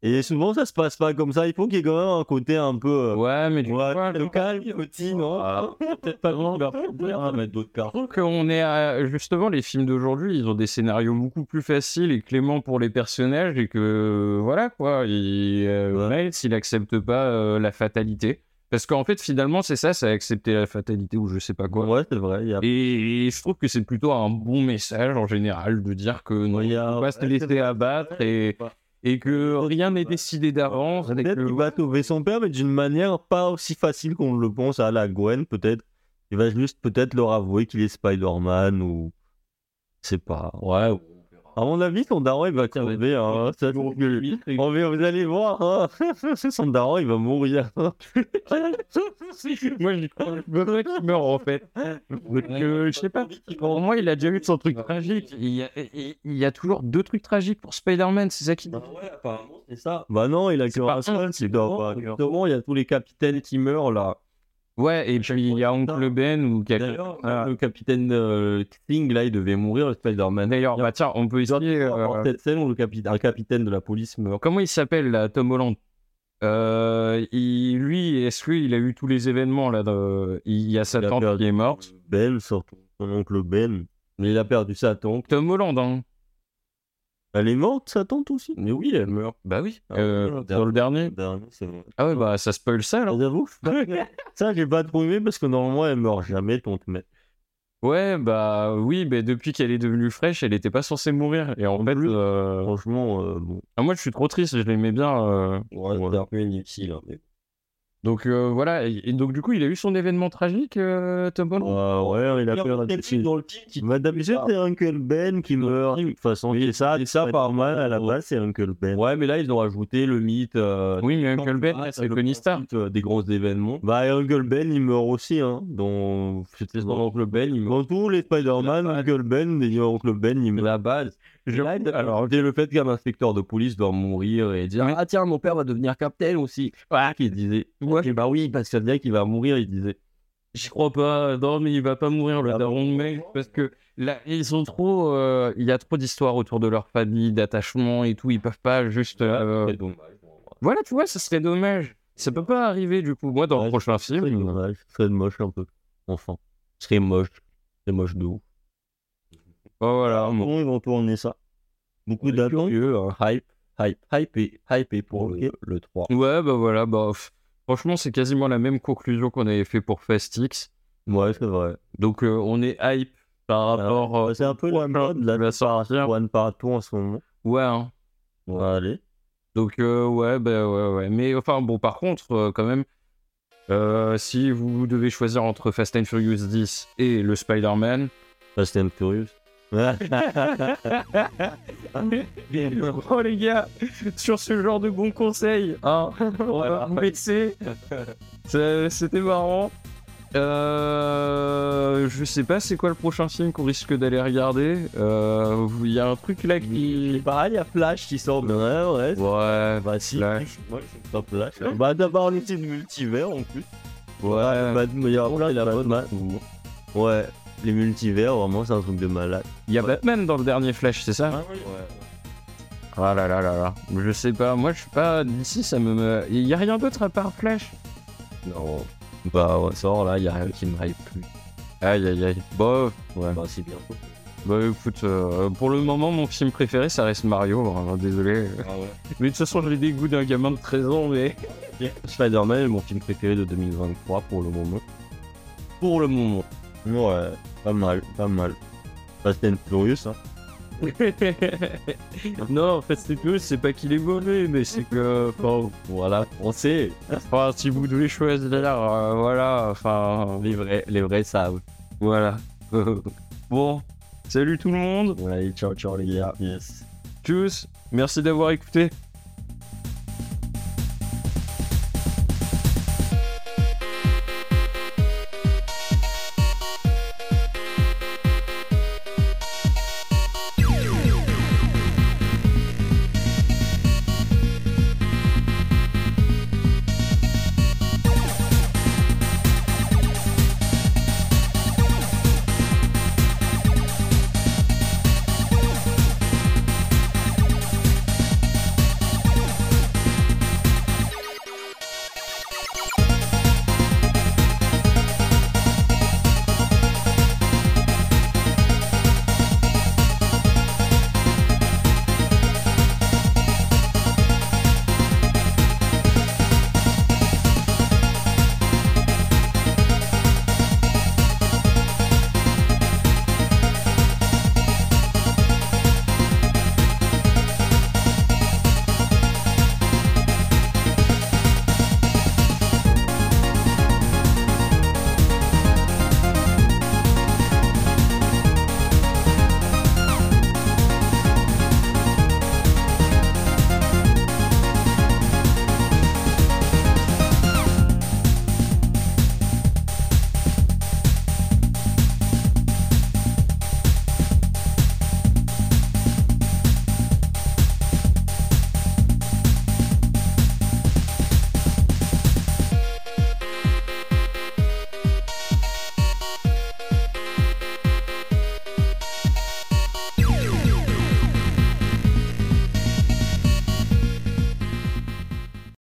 S3: Et souvent ça se passe pas comme ça, il faut qu'il y ait quand même un côté un peu... euh,
S2: Ouais, mais du
S3: ouais,
S2: coup,
S3: le calme, petit, non Peut-être pas grand, mais d'autres
S2: Je trouve qu'on est à- justement les films d'aujourd'hui, ils ont des scénarios beaucoup plus faciles et cléments pour les personnages et que voilà quoi, il, euh, Miles, il accepte pas euh, la fatalité parce qu'en fait finalement c'est ça, c'est accepter la fatalité ou je sais pas quoi.
S3: Ouais, c'est vrai, il y a...
S2: Et, et je trouve que c'est plutôt un bon message en général de dire que non,
S3: Il y a-
S2: faut pas se
S3: ouais,
S2: laisser
S3: c'est-
S2: abattre et, et que rien n'est décidé d'avance. et
S3: Peut-être
S2: que-
S3: qu'il va sauver son père, mais d'une manière pas aussi facile qu'on le pense à la Gwen, peut-être. Il va juste peut-être leur avouer qu'il est Spider-Man ou... Je sais pas. Ouais. À mon avis, son daron, il va crever. Hein. Ça, c'est que- Oh, mais vous allez voir, hein. son daron, il va mourir.
S2: Moi, je crois qu'il meurt en fait. Donc, euh, je sais pas. Pour moi, il a déjà eu son truc tragique. Il y a, il- il y a toujours deux trucs tragiques pour Spider-Man, c'est ça qui.
S3: c'est ça. Bah non, il a que
S2: pas
S3: un seul,
S2: un,
S3: c'est
S2: c'est
S3: doit
S2: vraiment
S3: pas.
S2: un.
S3: Justement, il y a tous les capitaines qui meurent là.
S2: Ouais, et puis il y a Oncle Ben ou quelqu'un.
S3: D'ailleurs, euh,
S2: Ah.
S3: le capitaine euh, Sting là, il devait mourir, le Spider-Man.
S2: D'ailleurs, bah tiens, on peut essayer. euh,
S3: Dans cette scène où le capitaine, un capitaine de la police meurt.
S2: Comment il s'appelle là, Tom Holland Euh, il- Lui, est-ce qu'il a eu tous les événements là de- Il y a sa
S3: Il a
S2: tante
S3: perdu
S2: qui est morte.
S3: Ben surtout, son oncle Ben. Mais il a perdu sa tante.
S2: Tom Holland, hein
S3: Elle est morte, sa tante aussi Mais oui, elle meurt.
S2: Bah oui.
S3: Ah,
S2: Euh,
S3: oui,
S2: dans le dernier.
S3: Dernier, c'est vrai.
S2: Ah ouais, bah ça spoil ça alors.
S3: Ah, j'avoue, je suis pas- ça j'ai pas trop aimé parce que normalement elle meurt jamais, tante mais
S2: Ouais, bah oui, mais depuis qu'elle est devenue fraîche, elle était pas censée mourir. Et en fait, euh,
S3: franchement, euh, bon,
S2: ah, moi je suis trop triste, je l'aimais bien. euh.
S3: ouais, c'est un peu inutile. hein, mais-
S2: Donc euh, voilà, et, et donc du coup, il a eu son événement tragique, euh, Tom Holland.
S3: Euh, ouais, il a fait un
S4: des petits
S3: dans le
S4: qui-
S3: Madame Jet, c'est Uncle Ben qui meurt. De toute façon, c'est ça, c'est ça par mal à la base, c'est Uncle Ben. Ouais, mais là, ils ont ajouté le mythe. euh,
S2: Oui, mais Uncle Ben,
S3: Ah,
S2: c'est
S3: le
S2: Tony Stark.
S3: principe, euh, Des gros événements. Bah, Uncle Ben, il meurt aussi, hein. Dans... C'était son Uncle Ben, il meurt. Dans tous les Spider-Man, Uncle Ben, il y a Uncle Ben, il meurt. La base. alors, dès le fait qu'un inspecteur de police doit mourir et dire Ah, tiens, mon père va devenir capitaine aussi. Ah, qu'il disait.
S2: Ouais.
S3: Et bah oui, parce que ça veut dire qu'il va mourir, il disait.
S2: J'y crois pas, non, mais il va pas mourir, le
S3: Ah bon
S2: daron de May, parce que là, ils ont trop. euh, il y a trop d'histoires autour de leur famille, d'attachement et tout, ils peuvent pas juste. euh,
S3: C'est dommage.
S2: Voilà, tu vois, ça serait dommage. Ça peut pas arriver, du coup. Moi, dans le
S3: Ouais,
S2: prochain
S3: C'est
S2: film.
S3: dommage. Ce serait moche un peu. Enfin. Ce serait moche. C'est moche de ouf.
S2: Bon, Oh, voilà, bon.
S3: Ah, Comment ils vont tourner ça Beaucoup
S4: On est
S3: d'attentes.
S4: curieux, hein.
S3: Hype, hype, hype et hype et pour
S4: Ok.
S3: le, le 3.
S2: Ouais, bah voilà, bah. pff, Franchement, c'est quasiment la même conclusion qu'on avait fait pour Fastix.
S3: Ouais, c'est vrai.
S2: Donc, euh, on est hype par rapport. euh,
S3: Ah, c'est un peu
S2: au
S3: la mode, la
S2: prochain qui va sortir.
S3: one partout en ce moment.
S2: Ouais, hein.
S3: On va aller.
S2: Donc euh, ouais, bah, ouais, ouais. Mais enfin bon, par contre, euh, quand même, euh, si vous devez choisir entre Fast and Furious 10 et le Spider-Man,
S3: Fast and Furious.
S2: oh les gars, sur ce genre de bons conseils, hein, on va vous laisser. C'est- C'était marrant. Euh, je sais pas c'est quoi le prochain film qu'on risque d'aller regarder. Euh, vous- Il y a un truc là qui.
S3: Pareil, il y a Flash qui sort. Ouais, ouais.
S2: Ouais,
S3: Bah si,
S2: Flash.
S3: moi je suis pas Flash. Bah d'abord, on était de multivers en plus. Ouais, bah, il y a plein de Batman. Ouais, les multivers, vraiment, c'est un truc de malade.
S2: il y a Batman dans le dernier Flash, c'est ça Ah là là là là. Je sais pas, moi je suis pas. D'ici ça me- me. Il y a rien d'autre à part Flash.
S3: Non. Bah, ouais, sort là, il y a rien qui me hype plus.
S2: Aïe aïe aïe. Bon,
S3: Ouais. Bah, c'est bientôt.
S2: bah écoute, euh, pour le moment mon film préféré ça reste Mario, vraiment, désolé.
S3: Ah ouais.
S2: Mais de toute façon j'ai des goûts d'un gamin de 13 ans, mais.
S3: Spider-Man est mon film préféré de 2023 pour le moment. Pour le moment. Ouais, pas mal, pas mal. Fast and Furious, hein.
S2: non, en fait c'est que c'est pas qu'il est mauvais, mais c'est que. Bon,
S3: Voilà, on sait.
S2: enfin, si vous devez choisir, euh, voilà, enfin.
S3: Les vrais, les vrais savent.
S2: Voilà. bon, salut tout le monde,
S3: Ouais, ciao, ciao les gars. Yes.
S2: tchuss, merci d'avoir écouté.